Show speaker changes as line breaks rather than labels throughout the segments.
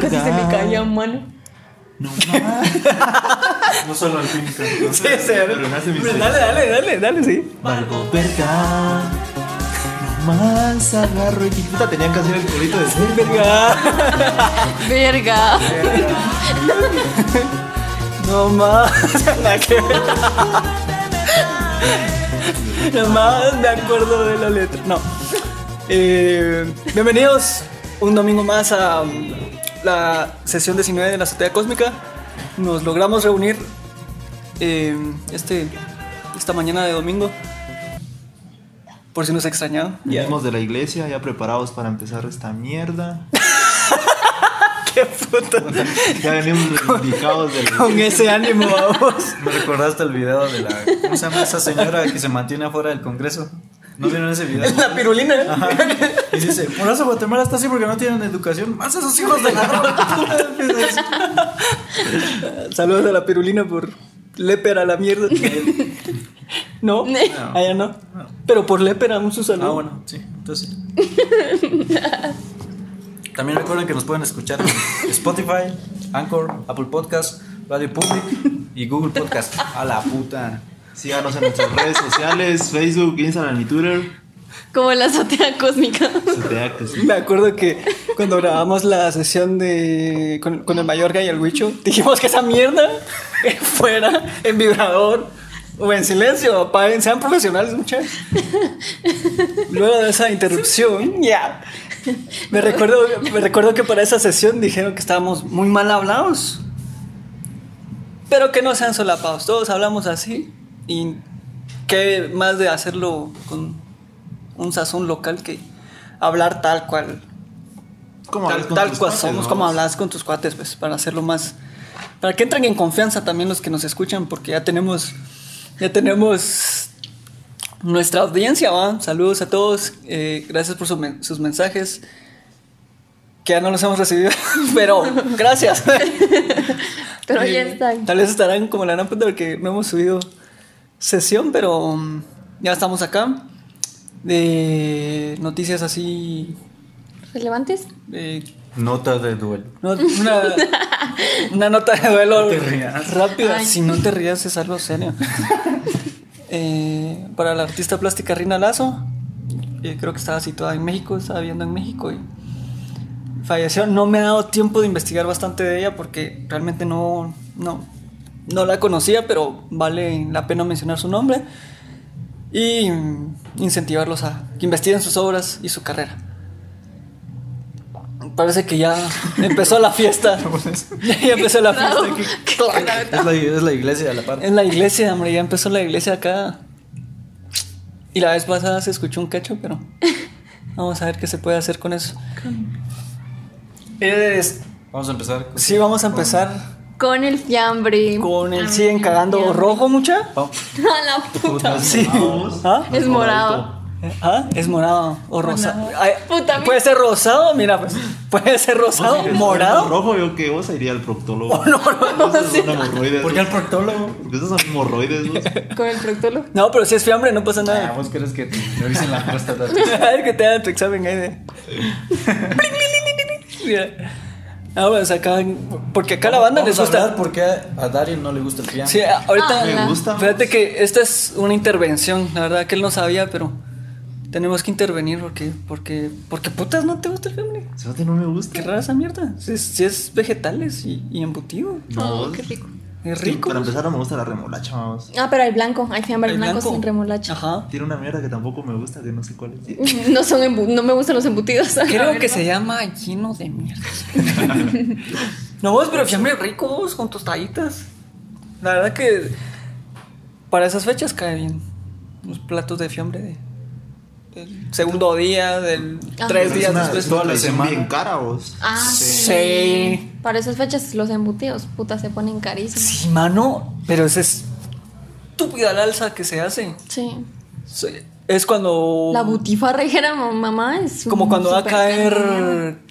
casi se me caían mano.
No más. no solo al fin.
Sí, sí.
Pero nace mi
Hombre, Dale, dale, dale, dale, sí.
Valgo verga. No más agarro y puta tenían que hacer el corito de ser
Verga.
Verga.
No más. Nada que ver. Nada más me acuerdo de la letra. No. Eh, bienvenidos un domingo más a um, la sesión 19 de la azotea cósmica. Nos logramos reunir eh, este, esta mañana de domingo. Por si nos ha extrañado. Ya.
Venimos de la iglesia ya preparados para empezar esta mierda.
Qué puta.
Ya venimos reivindicados de la
Con ese ánimo, vamos.
Me recordaste el video de la. ¿Cómo se llama esa señora que se mantiene afuera del Congreso? ¿No vieron ese video?
La pirulina.
Ajá. Y dice: Por eso Guatemala está así porque no tienen educación. Más esos hijos de la gran-".
Saludos a la pirulina por lépera la mierda. No,
No.
allá no. Pero por lépera, un su saludo.
Ah, bueno, sí, entonces. También recuerden que nos pueden escuchar en Spotify, Anchor, Apple Podcast, Radio Public y Google Podcast. A la puta.
Síganos en nuestras redes sociales, Facebook, Instagram y Twitter.
Como la azotea cósmica.
Se te da que sí.
Me acuerdo que cuando grabamos la sesión de con, con el Mayorga y el Huicho, dijimos que esa mierda fuera en vibrador o en silencio. Apaguen, sean profesionales, muchachos. Luego de esa interrupción, ya. Me recuerdo, me recuerdo que para esa sesión dijeron que estábamos muy mal hablados. Pero que no sean solapados. Todos hablamos así. Y qué más de hacerlo con un sazón local que hablar tal cual
¿Cómo hablas
tal,
con
tal
tus
cual
cuates,
somos,
no?
como hablas con tus cuates, pues, para hacerlo más. Para que entren en confianza también los que nos escuchan, porque ya tenemos. Ya tenemos nuestra audiencia, ¿va? Saludos a todos. eh, gracias por su men- sus mensajes. Que ya no los hemos recibido, pero gracias.
Pero
Eh,
ya están.
Tal vez estarán como la gran puta porque no hemos subido sesión, pero mm, ya estamos acá. De noticias así.
¿Relevantes?
eh,
Nota de duelo.
no- una, una nota de duelo
te rías.
rápida.
Ay.
Si no te rías, es algo serio. Eh, para la artista plástica Rina Lazo, eh, creo que estaba situada en México, estaba viviendo en México y falleció. No me ha dado tiempo de investigar bastante de ella porque realmente no, no, no la conocía, pero vale la pena mencionar su nombre y mm, incentivarlos a que investiguen sus obras y su carrera. Parece que ya empezó la fiesta. ya empezó la fiesta aquí.
Es la, es la iglesia de la par.
En la iglesia, hombre, ya empezó la iglesia acá. Y la vez pasada se escuchó un cacho, pero vamos a ver qué se puede hacer con eso. Es-
Vamos a empezar. con-
sí, vamos a empezar
Con el fiambre.
con el siguen cagando rojo, mucha.
Vamos.
A la puta.
Sí. ¿Ah?
Es morado.
¿Ah? Es morado o rosa. Ay,
Puta,
puede ser rosado, mira, pues. Puede ser rosado, morado.
Rojo, yo que vos iría al proctólogo.
No, no, no.
Esas son hemorroides.
¿Por qué al proctólogo?
Porque esas son hemorroides. vos.
Con el proctólogo.
No, pero si es fiambre, no pasa
Ah,
nada.
vos querés que te revisen la próstata.
A ver que te hagan tu examen ahí de. Mira. Ah, bueno, sacan. Porque acá la banda les
Vamos a
gusta.
hablar por qué a Daryl no le gusta el piano.
Sí, a- ahorita.
Ah, Me
gusta.
Fíjate que esta es una intervención. La verdad que él no sabía, pero tenemos que intervenir porque. Porque. Porque putas no te gusta el fiambre.
Ese bote no me
Qué
gusta.
rara esa mierda. Si es, si es vegetales y, y embutido.
No,
Oh, qué rico.
Es
Sí,
rico.
Para empezar, no me gusta la remolacha, vamos.
Ah, pero hay blanco. Hay fiambre
El
blanco, sin remolacha.
Ajá.
Tiene una mierda que tampoco me gusta, que no sé cuál es.
No son embu- no me gustan los embutidos.
Creo que se llama lleno de mierda. no, vos, pero fiambre rico, vos, con tostaditas. La verdad que para esas fechas cae bien. Los platos de fiambre de- del segundo día, del
Ah.
tres días
una-
después.
es una
toda la
tradición
semana.
bien cara, vos.
Ah,
Sí.
Para esas fechas los embutidos, puta, se ponen carísimos.
Sí, mano, pero esa es estúpida la alza que se hace.
Sí.
Sí, Es cuando.
La butifarra dijera ma- mamá es
Oh. Como
un
cuando va a
super-
caer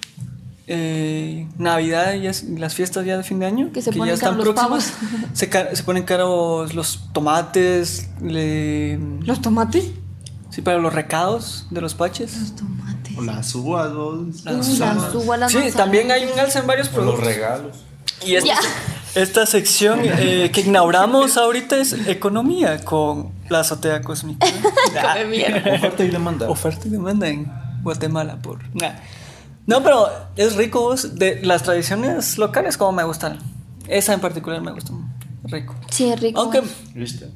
eh, Navidad y es- y las fiestas ya de fin de año,
Que se ponen
ya están
caros los
próximas, se, ca- se ponen caros los tomates, le-
los tomates.
sí, para los recados de los paches.
Los tomates.
O las uvas, vos.
Uy, la suba la
Sí,
manzana.
también hay un alza en varios productos.
regalos.
Y esta,
Ya.
esta sección eh, que inauguramos ahorita es economía con la azotea cósmica. Ah,
Come mierda.
Oferta y demanda.
Oferta y demanda en Guatemala por... Nah. No, pero es rico vos, de las tradiciones locales como me gustan. Esa en particular me gusta rico.
Sí, es rico.
Aunque
¿Viste?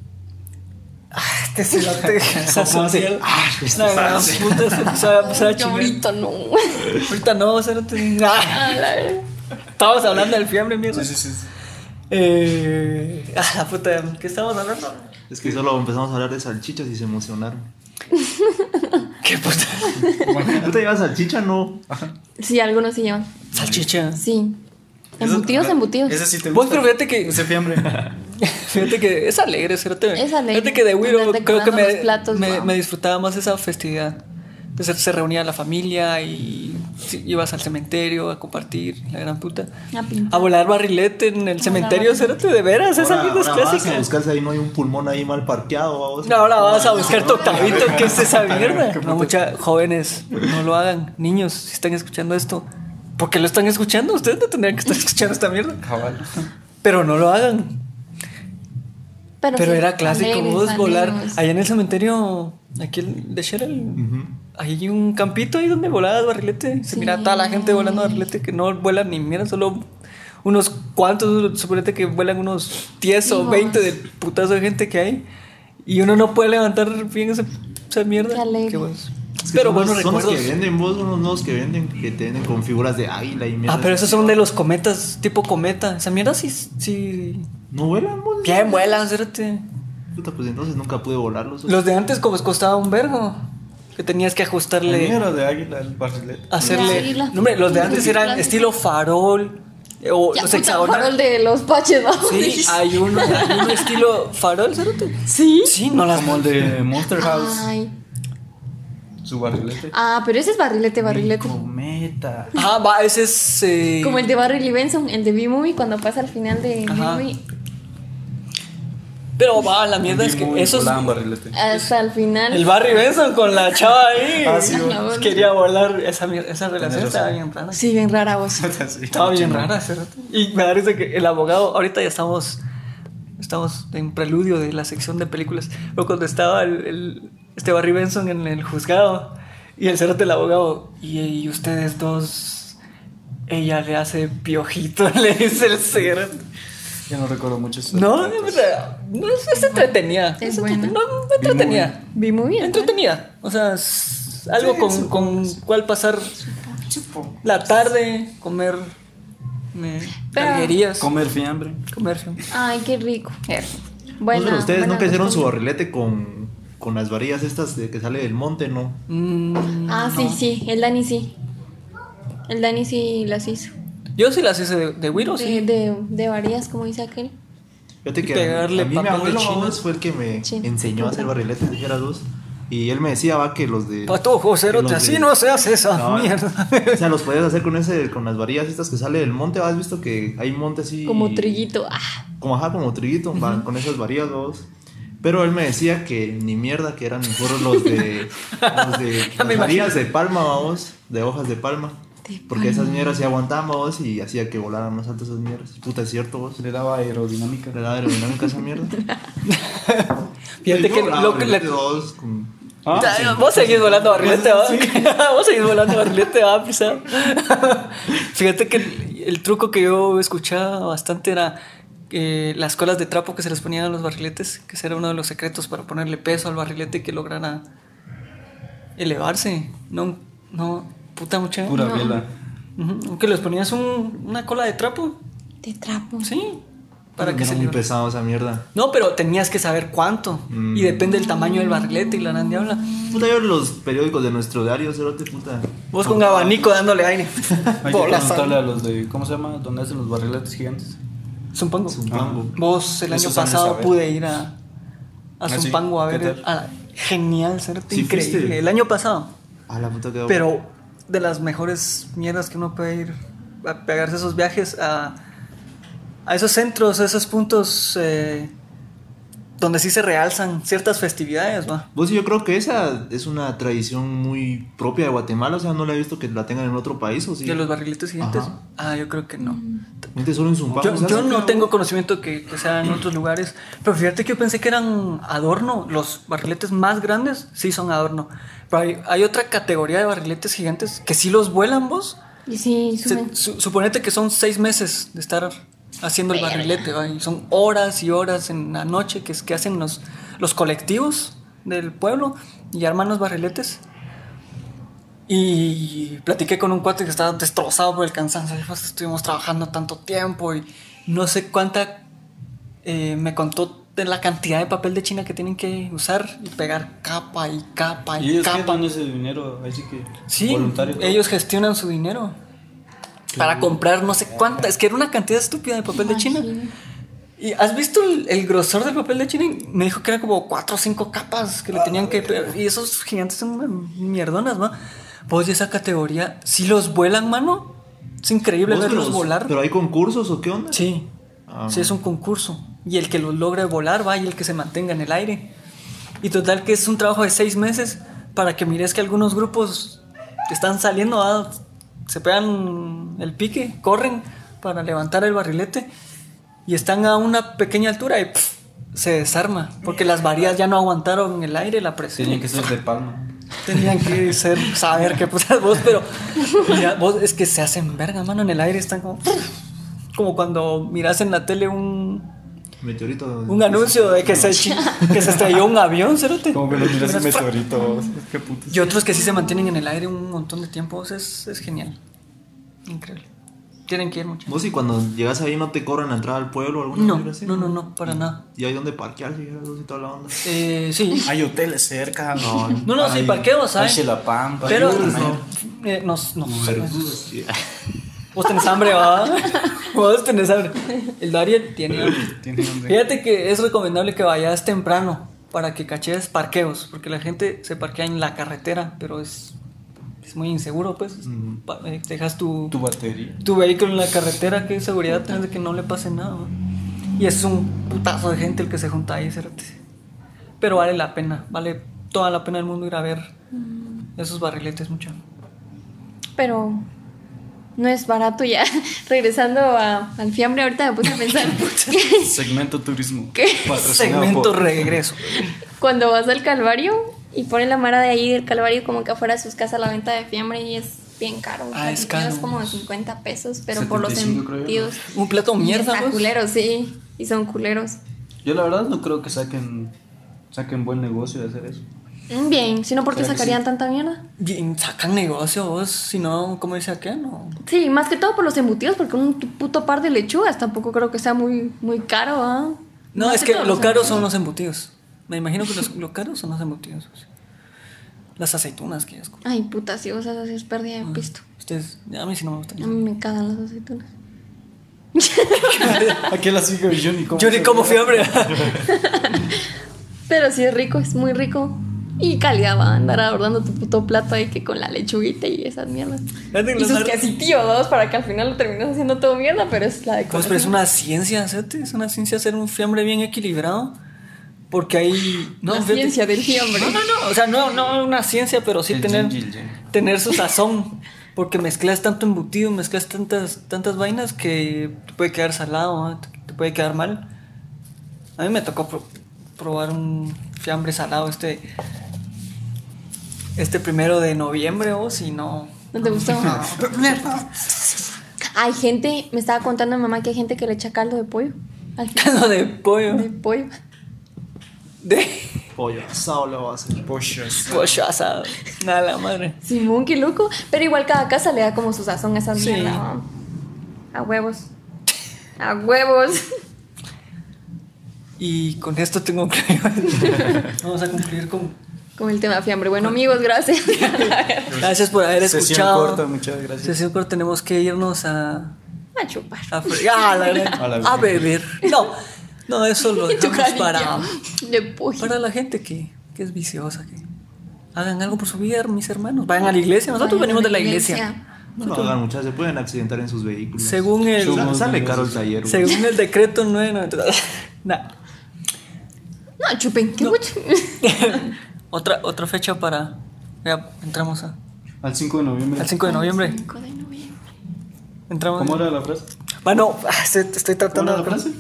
este se la te esa
¿Cómo así?
azotea.
Ah,
este
No, no, no, puta, este, se- se va a pasar a
Qué
chingar.
bonito, no.
Ahorita no, o sea, no te- Ah, Estábamos hablando del fiambre, mierda.
Sí, sí, sí.
Eh, ah, la puta, ¿qué estábamos hablando?
Es que solo empezamos a hablar de salchichas y se emocionaron.
¿Qué puta?
¿No te llevas salchicha? No.
Sí, algunos sí llevan.
Salchicha.
Sí. Embutidos,
Eso-
embutidos.
Ese sí te
Vos,
gusta.
Pues, pero fíjate que-
Ese fiambre.
Fíjate que es alegre, cerote.
Es alegre.
Fíjate que de Wiro
Andar
creo que
decorando
me,
los platos,
me,
wow.
me disfrutaba más esa festividad. Entonces se reunía la familia y sí, ibas al cementerio a compartir, la gran puta.
A pintar.
A volar barrilete en el cementerio, cerote, de veras, esa
Ahora,
mierda es
ahora vas a
clásica.
buscarse ahí, no hay un pulmón ahí mal parqueado. vamos.
Ahora vas a buscar tu octavito, ¿qué es esa mierda? No, mucha, jóvenes, no lo hagan. Niños, si están escuchando esto, ¿por qué lo están escuchando? Ustedes no tendrían que estar escuchando esta mierda.
Cabal.
Pero no lo hagan. Pero
sí,
era clásico
alegres,
vos volar
alegres.
allá en el cementerio, aquí el de Cheryl.
Mm.
Hay un campito ahí donde volabas barrilete. Se mira toda la gente volando barrilete que no vuelan ni mira, solo unos cuantos, suponete que vuelan unos 10 o
Hijos.
20 del putazo de gente que hay. Y uno no puede levantar bien esa, esa mierda.
Qué alegre.
Que vos-
Es que
Pero
son los-
buenos
son los
recuerdos.
que venden, vos son los nuevos que venden, que te venden con figuras de águila y mierda.
Ah, pero esos son de los cometas, tipo cometa. Esa mierda sí. sí
¿No vuelan, vos?
bien vuelan, cérate.
Puta, pues entonces nunca pude volarlos.
Los de antes, como costaba un vergo. Que tenías que
El
ajustarle.
mío era de águila, el barrilete.
De
hacerle.
águila.
No, hombre, los de
Sí,
antes
sí,
eran
claro.
estilo farol eh, o
Ya,
los
puta, farol
hexagonales.
de los paches, vamos.
Sí, hay uno, hay uno estilo farol, cerote.
¿Sí?
Sí, no las
Como el de Monster House.
Ay.
Su barrilete.
Ah, pero ese es barrilete, barrilete.
Cometa.
Ah, va, ese es. eh,
Como el de Barry Lee Benson, el de B-Movie, cuando pasa al final de
Ajá.
B-Movie.
Pero va, la mierda es
Muy
que esos.
volaban barrilete.
Hasta el final.
El Barry Benson con la chava ahí. Pues
Ah, sí,
bueno.
Quería volar. Esa, mier- esa relación
razón.
estaba bien rara.
Sí, bien rara voz.
Sí.
Estaba bien rara, cerote. Y me da risa que el abogado. Ahorita ya estamos. Estamos en preludio de la sección de películas. Pero cuando estaba el, el- este Barry Benson en el juzgado y el cerote, el abogado, y, y ustedes dos, ella le hace piojito, le dice el cerote.
Yo no recuerdo mucho eso.
No, de verdad, no es, es entretenida.
Es
Es
buena. ¿eh?
entretenida. No, no entretenida.
B-Movie. ¿no?
Entretenida. O sea, es algo con, con cual pasar
Supongo.
la tarde, comer. eh,
Pero-
Larguerías.
Comer fiambre.
Comercio.
Ay, qué rico.
Bueno,
Bueno,
ustedes nunca hicieron su barrilete con, con las varillas estas de que sale del monte, ¿no?
Mm,
Ah, sí, sí, el Dani sí. El Dani sí las hizo.
yo sí las hice de, de Willow,
De,
sí.
de, de varillas, como dice aquel.
Fíjate
Y
que
pegarle
a mí mi
papel de
abuelo
chino.
vamos, fue el que me
Chino.
enseñó a hacer barriletes, dijeras vos. Y él me decía, va, que los de...
Patojo, cerote,
los
así
de-
no se hace esa
No,
Ah, mierda.
O sea, los podías hacer con ese, con las varillas estas que sale del monte, ¿va? ¿has visto que hay monte así?
Como trillito. Ah,
Como ajá, como triguito, va, con esas varillas vos. Pero él me decía que ni mierda que eran mejor los de, los de
Ya me
las varillas de palma, vamos, de hojas de palma.
De
Porque esas mierdas sí aguantaban vos y hacía que volaran más alto esas mierdas. Puta, es cierto vos.
Le daba aerodinámica.
Le da aerodinámica a esa mierda.
Fíjate que lo que le-
Dos, con-
Ah,
Ya, Vos seguís volando barrilete, va. Vos seguís volando barrilete, va, prisa. Fíjate que el, el truco que yo escuchaba bastante era eh, las colas de trapo que se les ponían a los barriletes, que ese era uno de los secretos para ponerle peso al barrilete y que lograra elevarse. No, no, puta mucha.
Pura vela.
Ujú, Que les ponías un- una cola de trapo,
de trapo.
sí, para
Para
que
que
se
era muy
elevara.
pesado esa mierda.
No, pero tenías que saber cuánto.
Mm.
Y depende del tamaño del barrilete y la gran diabla.
Puta, yo los periódicos de nuestro diario, cerote, puta.
Vos con abanico dándole aire.
Hay que
Por la
preguntarle
sala.
a los de. ¿Zumpango? ¿Cómo se llama? ¿Dónde hacen los barriletes gigantes?
Zumpango.
Zumpango.
Vos el año
Esos han de
pasado
saber.
pude ir a, a
Ah, sí.
Zumpango a
¿Qué
ver.
tal?
a- genial, certe
Sí,
increíble.
fuiste.
El año pasado.
A Ah, la puta quedó.
Pero de las mejores mierdas que uno puede ir a pegarse esos viajes a, a esos centros, a esos puntos eh, donde sí se realzan ciertas festividades, ¿va?
Vos yo creo que esa es una tradición muy propia de Guatemala, o sea, no la he visto que la tengan en otro país, ¿o sí?
De los barrilitos gigantes.
Ajá.
Ah, yo creo que no.
Gente solo en Zumpango,
Yo,
o sea,
yo
se
no
creo-
tengo conocimiento que, que sea en otros lugares, pero fíjate que yo pensé que eran adorno. Los barriletes más grandes sí son adorno. Pero hay, hay otra categoría de barriletes gigantes que sí los vuelan vos.
Y sí,
Se-
suben.
su- suponete que son seis meses de estar haciendo el barrilete, ¿va? y son horas y horas en la noche que es que hacen los, los colectivos del pueblo y arman los barriletes. Y platiqué con un cuate que estaba destrozado por el cansancio. Dijo, estuvimos trabajando tanto tiempo y no sé cuánta... eh, me contó de la cantidad de papel de China que tienen que usar y pegar capa y capa
Y
y,
ellos
capa.
quitan ese dinero, ahí sí que
Sí,
voluntario.
ellos gestionan su dinero para comprar no sé cuánta. Es que era una cantidad estúpida de papel de China.
Imagínate.
¿Y has visto el, el grosor del papel de China? Y Me dijo que eran como cuatro o cinco capas que le
Ah,
tenían que... pe- Y esos gigantes son una mierdonas, ¿no? Pues de esa categoría, si los vuelan, mano, es increíble
¿Vos
verlos
los-
volar.
¿Pero hay concursos o qué onda?
Sí,
Ah.
sí, es un concurso. Y el que los logre volar va y el que se mantenga en el aire. Y total que es un trabajo de seis meses para que mires que algunos grupos que están saliendo, ah, se pegan el pique, corren para levantar el barrilete y están a una pequeña altura y pf, se desarma porque las varías ya no aguantaron el aire, la presión.
tenían que ser de palma.
Tenían que ser, saber qué putas vos, pero mira, vos es que se hacen verga, mano, en el aire están como. Como cuando miras en la tele un,
Meteorito.
un anuncio de que se, chi- que se estrelló un avión, cerote.
Como que los miras un meteorito. Qué puto.
Y otros que sí se mantienen en el aire un montón de tiempo, o sea, es, es genial. Increíble. Tienen que ir mucho.
Vos y cuando llegas ahí no te cobran la entrada al pueblo o alguna
No,
mierda así?
no, no, no, para nada.
¿Y hay donde parquear si algo así toda la onda?
Eh, sí.
Hay hoteles cerca.
No,
No, no, sí, parqueos hay.
Hay Xilapampa.
Pero,
hay Uber,
no, eh, no, no,
Vergudos.
Vos tenés hambre, va. Vos tenés hambre. El Dariel tiene hambre.
Tiene hambre.
Fíjate que es recomendable que vayas temprano para que caches parqueos, porque la gente se parquea en la carretera, pero es, es muy inseguro, pues. Pa- eh, Dejas tu,
Tu batería.
tu vehículo en la carretera, qué seguridad tenés de que no le pase nada. ¿no? Y es un putazo de gente el que se junta ahí, cerote. Pero vale la pena, vale toda la pena del mundo ir a ver
Mm.
esos barriletes mucho.
Pero no es barato ya. Regresando a- al fiambre, ahorita me puse a pensar que
Segmento turismo.
¿Qué?
Patrocinado
Segmento
por-
regreso.
cuando vas al Calvario y ponen la mara de ahí del Calvario como que afuera de sus casas la venta de fiambre y es bien caro.
Ah, es caro.
como de 50 pesos, pero por los
75 creo.
sentidos.
Un plato
Y
mierda,
Está
pues.
culeros, sí. Y son culeros.
Yo la verdad no creo que saquen saquen buen negocio de hacer eso.
Mm, Bien, si no, ¿por qué
Claro que
sacarían tanta mierda?
Bien, sacan negocio vos, si no, ¿cómo dice aquel? No.
Sí, más que todo por los embutidos, porque un puto par de lechugas tampoco creo que sea muy, muy caro, ¿ah?
No,
Más
es que
todo
lo
los
caro
embutidos.
son los embutidos. Me imagino que los, lo caro son los embutidos. pues. Las aceitunas que ellas comen.
Ay, puta, sí, o sea, eso sí es pérdida
Ah.
de pisto.
Ustedes, a mí sí no me gustan.
A mí me cagan las aceitunas.
Aquí la sigo yo ni como.
Yo ni como fiebre.
Pero sí es rico, es muy rico. Y calidad va a andar abordando tu puto plato ahí que con la lechuguita y esas mierdas.
Ya tengo
Y sus
las-
quesitos dos para que al final lo termines haciendo todo mierda, pero es la de
Pues, pero es una ciencia, ¿sí? es una ciencia hacer un fiambre bien equilibrado. Porque hay. No,
La
fíjate-
ciencia del fiambre.
No, no, no. O sea, no, no una ciencia, pero sí
El
tener,
yin y el yang.
tener su sazón. Porque mezclas tanto embutido, mezclas tantas, tantas vainas que te puede quedar salado, ¿eh? te, te puede quedar mal. A mí me tocó pro- probar un fiambre salado este. Este primero de noviembre, o si no.
¿No te gustó? Hay gente, me estaba contando mi mamá que hay gente que le echa caldo de pollo. Al final
Caldo de pollo.
de pollo.
De.
Pollo asado le va a hacer.
Pochos.
Pollo asado. A la madre.
Simón, qué loco. Pero igual cada casa le da como su sazón a esa
Sí.
mierda. ¿va? A huevos. A huevos.
Y con esto tengo que. Vamos a cumplir con.
Con el tema fiambre. Bueno, amigos, gracias.
Gracias por haber
Sesión
escuchado.
corta, muchas gracias.
Sesión corta, tenemos que irnos a.
A chupar.
A, fre- ah, la verdad,
A la
a beber. No, no, eso lo
Tu
dejamos
carilla
para,
De pollo.
para la gente que, que es viciosa. Que hagan algo por su vida, mis hermanos. Vayan a la iglesia. Nosotros
Vayan a
venimos de la iglesia.
No lo hagan, muchachos, se pueden accidentar en sus vehículos.
Según el.
Sale- Sale caro el taller. güey.
Según el decreto 990. Nah.
No, chupen, qué mucho.
otra, otra fecha para. Ya entramos a-
Al 5 de noviembre.
al 5 de noviembre.
5 de noviembre.
Entramos. Ah,
¿Cómo era la frase?
Mano, estoy, estoy
¿Cómo
tratando
era
de.
la frase?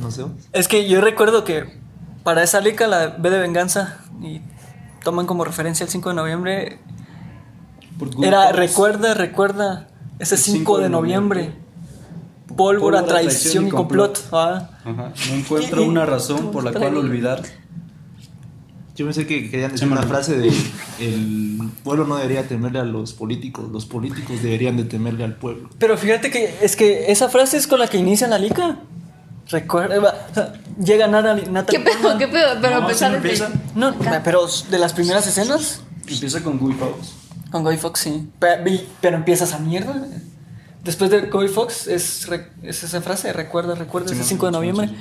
No sé.
Es que yo recuerdo que para esa lica, la B de Venganza, y toman como referencia el 5 de noviembre,
Por Good
era
Times.
recuerda, recuerda, ese 5, de, noviembre. Pólvora,
Pólvora,
traición y complot. Ah,
Ajá. No encuentro una razón por la cual olvidar.
Yo pensé que querían
Se
decir
me
una
olvidó.
frase de el pueblo no debería temerle a los políticos, los políticos deberían de temerle al pueblo.
Pero fíjate que es que esa frase es con la que inicia la lica. Recuerda, o sea, llega Natalie. Natalie
¿Qué pedo? ¿Qué pedo? Pero
No,
empezar
sí
desde-
empieza.
No, pero de las primeras escenas
Empieza con Guy Fawkes.
con Guy Fox, sí. Pero, pero empieza esa mierda. Después de Guy Fox es, re- es esa frase, recuerda, recuerda,
Sí,
ese
no,
5 de
sí,
noviembre.
sí, sí.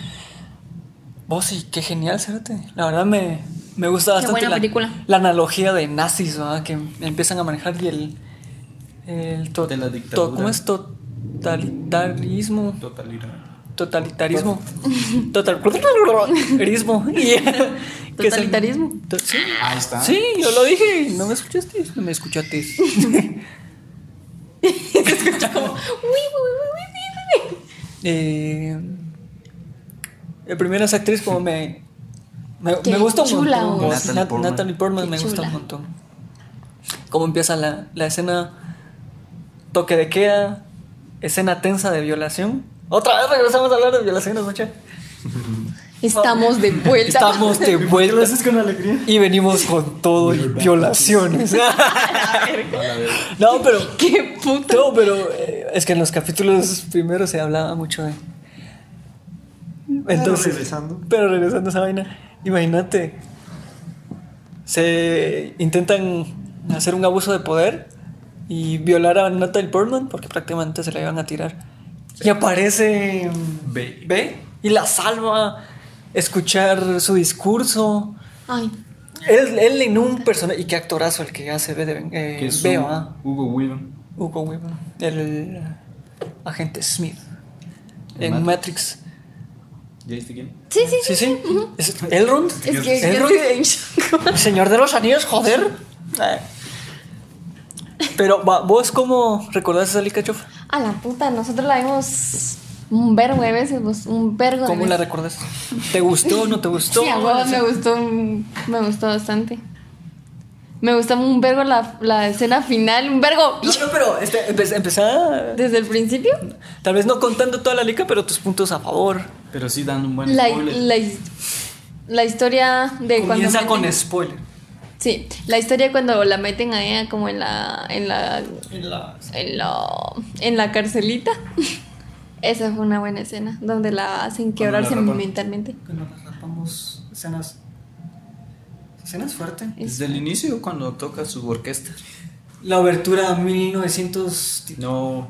Vos sí, qué genial, Cérate. La verdad me, me gusta
Qué
bastante
buena
la,
película.
la analogía de nazis, ¿verdad? Que empiezan a manejar y el... el to-
De la
to-
dictadura.
¿Cómo es? Totalitarismo.
Totalidad.
Totalitarismo. Totalitarismo. Y- que es el-
Totalitarismo.
to- sí.
Ahí está.
Sí, yo lo dije y no me escuchaste. No me escuchaste.
Uy, uy, uy, uy, uy, uy.
Eh, la primera es actriz como me... Me,
Qué
me gusta un
chula,
montón.
vos.
Natalie,
Natalie Portman.
Natalie Portman
Qué
me gusta
chula.
un montón. Cómo empieza la, la escena toque de queda, escena tensa de violación. Otra vez regresamos a hablar de violaciones, noche.
Estamos de vuelta.
Estamos de
Lo
vuelta
haces con alegría.
y venimos con todo y violaciones. no, pero
Qué puto.
No, pero eh, es que en los capítulos primeros se hablaba mucho de. Entonces,
regresando.
pero regresando a esa vaina, imagínate. Se intentan hacer un abuso de poder y violar a Natalie Portman porque prácticamente se la iban a tirar. Y aparece
B.
B y la salva. Escuchar su discurso.
Ay,
Él, él en un personaje. Y qué actorazo el que hace B de. ven- eh,
Que es
B,
un
¿va?
Hugo Weaving.
Hugo Weaving, el agente Smith
En
en Matrix.
¿Ya viste quién?
sí, sí, sí.
Sí, sí. ¿Es Elrond?
Es que yo
Elrond,
estoy en shock.
el Señor de los Anillos, joder. Eh. Pero va, vos cómo recordás esa Likachof?
A la puta, nosotros la vimos un vergo de veces, vos, pues, un vergo de
¿Cómo
veces.
la recordás? ¿Te gustó? ¿No te gustó?
Sí, a huevo me gustó, un- me gustó bastante. Me gustó un vergo la, la escena final, un vergo.
No, no, pero este, empe- empezá,
Desde el principio,
tal vez no contando toda la lica, pero tus puntos a favor.
Pero sí dan un buen
la,
spoiler.
la his- la historia de cuando.
Comienza con
meten-
spoiler.
Sí, la historia cuando la meten a ella como en la. en la.
En la-
en la, en la carcelita. Esa fue una buena escena, donde la hacen quebrarse
rapan.
mentalmente.
Cuando nos rapamos escenas. Escenas fuertes.
Desde el inicio cuando toca su orquesta.
La obertura 1900.
No,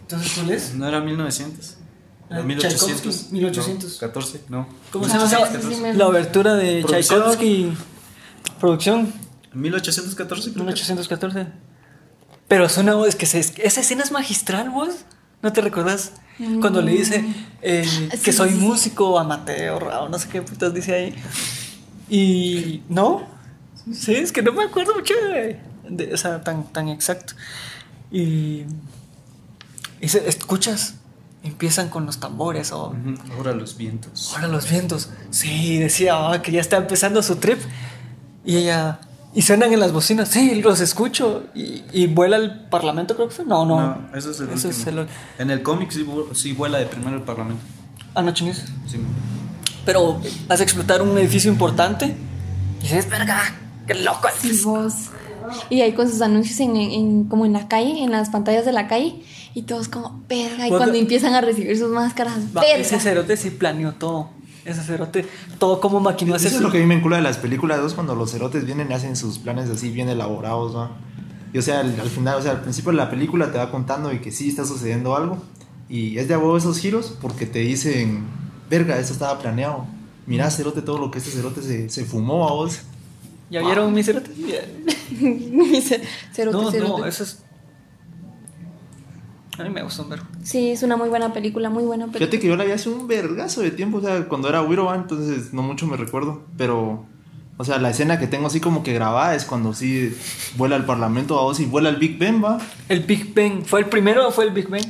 Entonces, ¿cuál es?
no era 1900. Era
Ah,
1800.
Tchaikovsky, 1800.
No, 14, no.
¿Cómo se llama?
Sí, sí, me-
La obertura de
Producción.
Tchaikovsky. Producción
1814 creo que-
1814. Pero es una voz que se, esa escena es magistral, vos. ¿No te recordás? Cuando le dice eh, que
Mm. Sí,
soy
sí, sí.
músico amateur, o no sé qué putas dice ahí. Y no, sí, es que no me acuerdo mucho de, de- o sea, tan, tan exacto. Y, y se- escuchas, empiezan con los tambores o
Ujú, Ahora los vientos.
ahora los vientos. Sí, decía ah, que ya está empezando su trip. Y ella. Y suenan en las bocinas. Sí, los escucho. Y, y vuela al parlamento, creo que fue. No, no.
No, eso es el
Eso es
último.
el-
En el cómic sí, vu- sí vuela de primero el parlamento.
Ah, no, chingues.
Sí.
Pero vas a explotar un edificio importante. Y dices, verga, qué loco.
Sí, vos. Y ahí con sus anuncios en, en- como en la calle, en las pantallas de la calle, y todos como, verga, y
Vos-
cuando empiezan a recibir sus máscaras,
Va,
verga.
ese cerote sí planeó todo. Ese cerote, todo como maquinó
Eso
ese.
es lo que a mí me encula de las películas dos cuando los cerotes vienen y hacen sus planes así bien elaborados, ¿va? Y o sea, al, al final, o sea, al principio de la película te va contando de que sí está sucediendo algo y es de abogo esos giros porque te dicen, verga, esto estaba planeado. Mirá, cerote, todo lo que este cerote se, se fumó a vos.
¿Ya vieron mi cerote? Ya.
Y dice, cerote,
No,
cerote.
no, eso es. A mí me gustó un verbo.
Sí, es una muy buena película, muy buena película.
Fíjate que yo la vi hace un vergazo de tiempo, o sea, cuando era Wiroba, entonces no mucho me recuerdo, pero, o sea, la escena que tengo así como que grabada es cuando sí vuela al Parlamento, a vos y vuela al Big Ben, va.
El Big Bang. ¿Fue el primero o fue el Big Bang?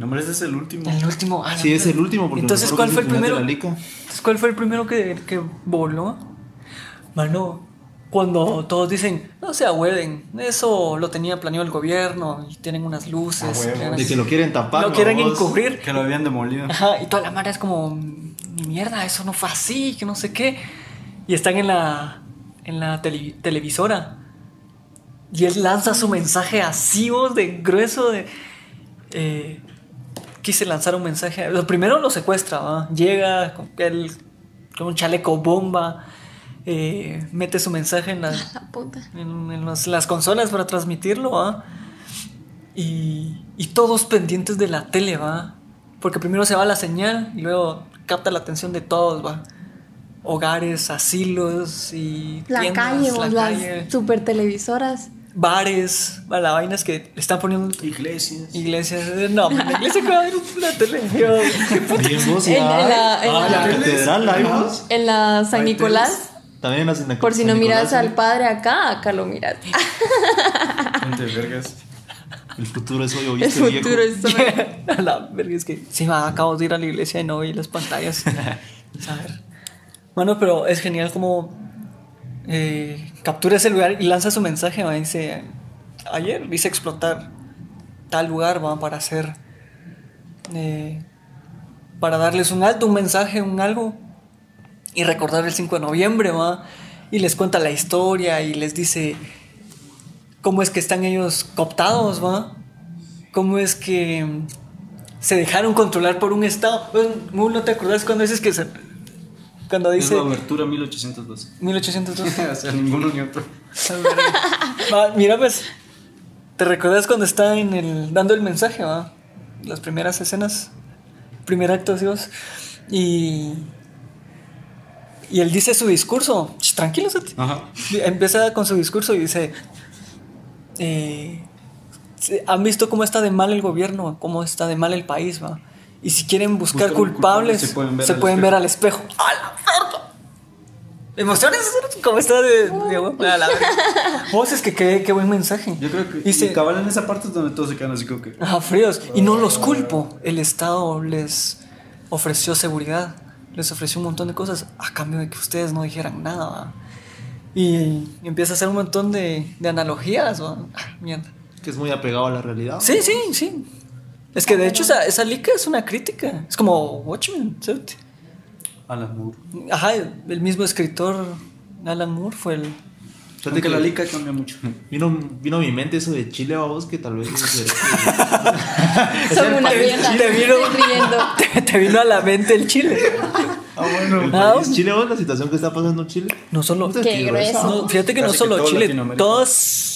No, hombre, ese es el último.
El último. ah,
Sí,
no.
es el último, porque
Entonces,
me
¿cuál
acuerdo
fue
que
el
es
primero?
final de la Lica.
Entonces, ¿cuál fue el primero que, que voló? Mano, cuando todos dicen, no se ahueven, eso lo tenía planeado el gobierno, y tienen unas luces.
A huevo.
tienen-
Ah, De que lo quieren tapar.
lo
¿no?
quieren
Vos.
encubrir.
Que lo habían demolido.
Ajá, y toda la mara es como, ni mierda, eso no fue así, que no sé qué. Y están en la, en la tele- televisora. Y él lanza su mensaje así, vos, de grueso, de... eh, quise lanzar un mensaje. Lo primero lo secuestra, ¿va? llega con, el- con un chaleco bomba, eh, mete su mensaje en la,
La puta.
en, en los- las consolas para transmitirlo, ¿va? Y, y todos pendientes de la tele, ¿va? Porque primero se va la señal y luego capta la atención de todos, ¿va? Hogares, asilos y
La
tiendas,
calle, vos,
la
las
calle,
super televisoras.
bares, va, la vaina es que le están poniendo
Iglesias.
iglesias. eh, No, la iglesia que va a haber la tele. Yo, ¿qué puta?
Bien, vos,
En-
ya.
en la- en
Ah,
la-
catedral, ahí vos.
En la San
Ahí
Nicolás,
También la sinagoga.
por si no
San Nicolás,
miras al padre acá, acá lo miras.
Ponte vergas.
El futuro es hoy,
El
oíste, viejo.
futuro es sobre-
A la verga, es que sí, va, acabo de ir a la iglesia y no vi las pantallas. a ver. Bueno, pero es genial como eh, captura ese lugar y lanza su mensaje, va, dice, ayer dice explotar tal lugar, va, para hacer, eh, para darles un alto, un mensaje, un algo, y recordar el 5 de noviembre, va, y les cuenta la historia y les dice cómo es que están ellos cooptados, va, cómo es que mm, se dejaron controlar por un estado. Bueno, ¿No te acordás cuando dices que se- cuando
Es
dice
la obertura 1812.
1802.
o sea, ninguno ni otro.
Va, mira, pues, ¿te recuerdas cuando está en el, dando el mensaje, va? Las primeras escenas, primer acto, así vos. Y. Y él dice su discurso. Ch, Tranquilo, Sati.
Ajá.
Empieza con su discurso y dice: eh, se- Han visto cómo está de mal el gobierno, cómo está de mal el país, va. Y si quieren buscar
Buscar
culpables,
culpables, se pueden ver
se
al
pueden
espejo".
ver al espejo. ¡A la verga! Emociones, ¿cómo está de, de- a la verga. Vos es que qué, qué buen mensaje.
Yo creo que.
Dice,
Y cabal en esa parte es donde todos se quedan así como que.
Ajá, Ah, fríos. Y no los culpo. El Estado les ofreció seguridad, les ofreció un montón de cosas a cambio de que ustedes no dijeran nada. ¿va? Y empieza a hacer un montón de, de analogías. ¿va? Ah, mierda.
Que es muy apegado a la realidad.
Sí, sí, sí. Es que de hecho esa, esa lica es una crítica. Es como Watchmen. ¿sí?
Alan Moore.
Ajá, el mismo escritor Alan Moore fue el...
Fíjate
Aunque
que
la lica cambia mucho.
Vino, vino a mi mente eso de Chile, vos, que tal vez.
Son una mierda.
Te vino,
Estoy riendo.
te, te vino a la mente el chile.
Ah, bueno.
Ah, bueno.
Chile, vos, la situación que está pasando en Chile.
No solo...
Puta,
Qué grueso.
No, fíjate que no
Casi que
solo
todo
Chile,
Latinoamérica.
todos.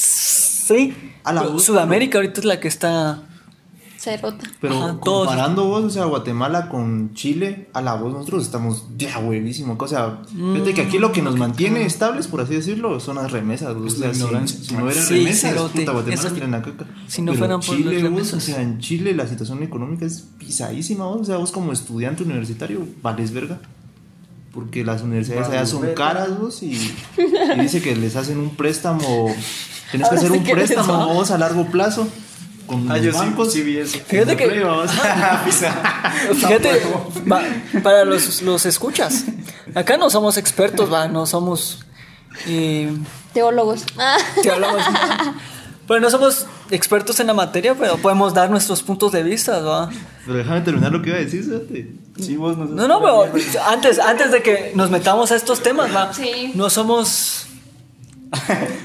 Sí.
A la
Pero
voz,
Sudamérica ahorita es la que está.
Se rota.
Pero
Ajá, todos.
comparando vos, o sea, Guatemala con Chile, a la voz nosotros estamos de a huevísimo. O sea, fíjate que aquí lo que nos
Mm.
mantiene estables, por así decirlo, son las remesas. vos. O sea,
la
si,
ignorancia.
si no hubieran
Sí,
remesas,
cerote.
puta, Guatemala
Eso-
estaría en la caca.
si no
Pero
fueran por
Chile,
las
vos,
remesas.
o sea, en Chile la situación económica es pisadísima. vos. O sea, vos como estudiante universitario, vales verga. Porque las universidades allá
Vales
son
verga.
caras, vos, y, y dice que les hacen un préstamo. Tienes que
Ahora
hacer
sí
un
que les va.
préstamo, vos, a largo plazo. Con
Ah,
los
yo sí,
bancos.
sí vi eso.
Fíjate que-
Play, vamos.
Fíjate, va, para los, los escuchas. Acá no somos expertos, va, no somos. eh,
Teólogos. Ah,
te hablamos. Bueno, no somos expertos en la materia, pero podemos dar nuestros puntos de vista, ¿va?
Pero déjame terminar lo que iba a decir, fíjate.
Sí, vos no
No, no, pero antes, antes de que nos metamos a estos temas, ¿va?
Sí.
No somos.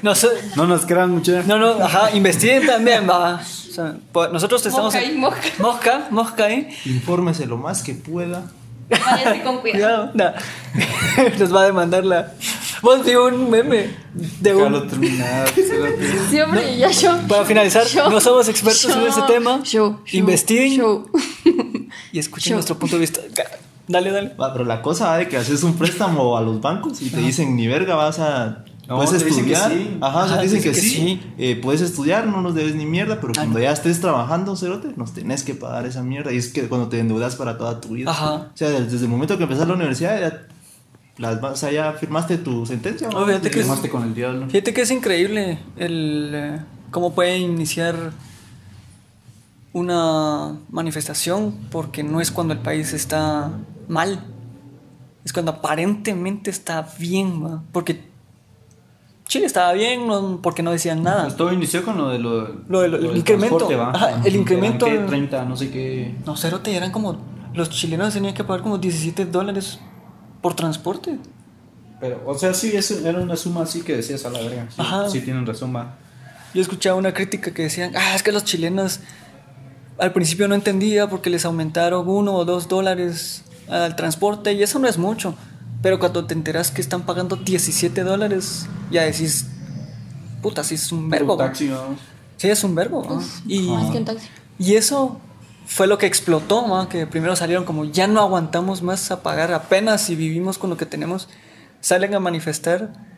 No, so-
No nos crean mucho.
No, no, ajá, investiguen también, va. O sea, po- nosotros estamos.
Mosca ahí, mosca.
Mosca, mosca ahí.
Infórmese lo más que pueda.
váyase con cuidado.
Cuidado, no. Nos va a demandar la. Vos vi un meme de
Déjalo
un.
terminar. espérate.
Siempre ya yo.
Para finalizar,
Yo.
no somos expertos en
Yo.
ese tema.
Yo. yo,
Investiguen
yo.
y escuchen
Yo.
nuestro punto de vista. Dale, dale.
Va, pero la cosa va de que haces un préstamo a los bancos y te dicen ni verga, vas a.
No,
puedes
te dicen que
estudiar.
sí.
Ajá, o sea,
Ajá,
dicen que,
dicen que
sí. eh, puedes estudiar, no nos debes ni mierda, pero cuando ya estés trabajando, cerote, nos tenés que pagar esa mierda. Y es que cuando te endeudas para toda tu vida.
Ajá.
O sea, desde, el momento que empezaste la universidad, ya, las, vas- o sea, ya firmaste tu sentencia. ¿no?
No, fíjate
Te
que es,
quemaste con el diablo.
fíjate que es increíble el eh, cómo puede iniciar una manifestación porque no es cuando el país está mal, es cuando aparentemente está bien, ¿va? porque Chile estaba bien, no- porque no decían nada.
Todo inició con lo de lo,
Lo del- el
del
incremento.
transporte, ¿va?
Ajá, el
Eran,
incremento.
¿qué? 30, no sé qué.
No, cero te eran como los chilenos tenían que pagar como 17 dólares por transporte.
Pero, o sea, sí, es- era una suma así que decías a la verga. Sí,
Ajá.
sí tienen razón, va.
Yo escuchaba una crítica que decían, ah, es que los chilenos al principio no entendía porque les aumentaron uno o dos dólares al transporte y eso no es mucho. Pero cuando te enteras que están pagando 17 dólares, ya decís, puta, sí es un verbo.
Un taxi, vamos.
Sí, es un verbo. ¿no? Y,
Más que un taxi.
y eso fue lo que explotó, ¿no? que primero salieron como ya no aguantamos más a pagar apenas si vivimos con lo que tenemos. Salen a manifestar.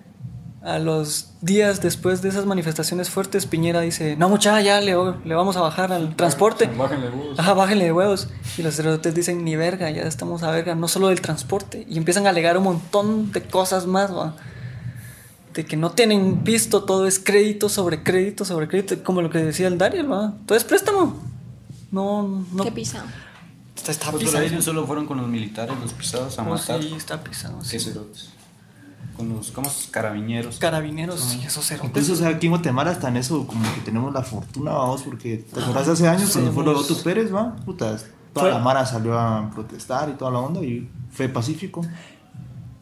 A los días después de esas manifestaciones fuertes, Piñera dice, no muchacha, ya le, le vamos a bajar al
Pues,
transporte.
Bájenle bus.
Ajá, bájenle de huevos. Y los sacerdotes dicen, ni verga, ya estamos a verga, no solo del transporte. Y empiezan a alegar un montón de cosas más, va. De que no tienen visto, todo es crédito sobre crédito sobre crédito, como lo que decía el Dariel, va. Todo es préstamo. No, no.
Qué pisa.
Está, está
Pues por
pisado.
ahí no solo fueron con los militares, los pisados a
Oh,
matar.
sí, está pisado. sí.
Qué cerotes. Con los, ¿cómo es? Carabineros.
Carabineros y esos cerotes.
Incluso, o sea, aquí en Guatemala hasta en eso, como que tenemos la fortuna, vamos, porque te acordás hace años cuando fue lo de Otto Pérez, va, putas, toda
Fue-
la mara salió a protestar y toda la onda y fue pacífico.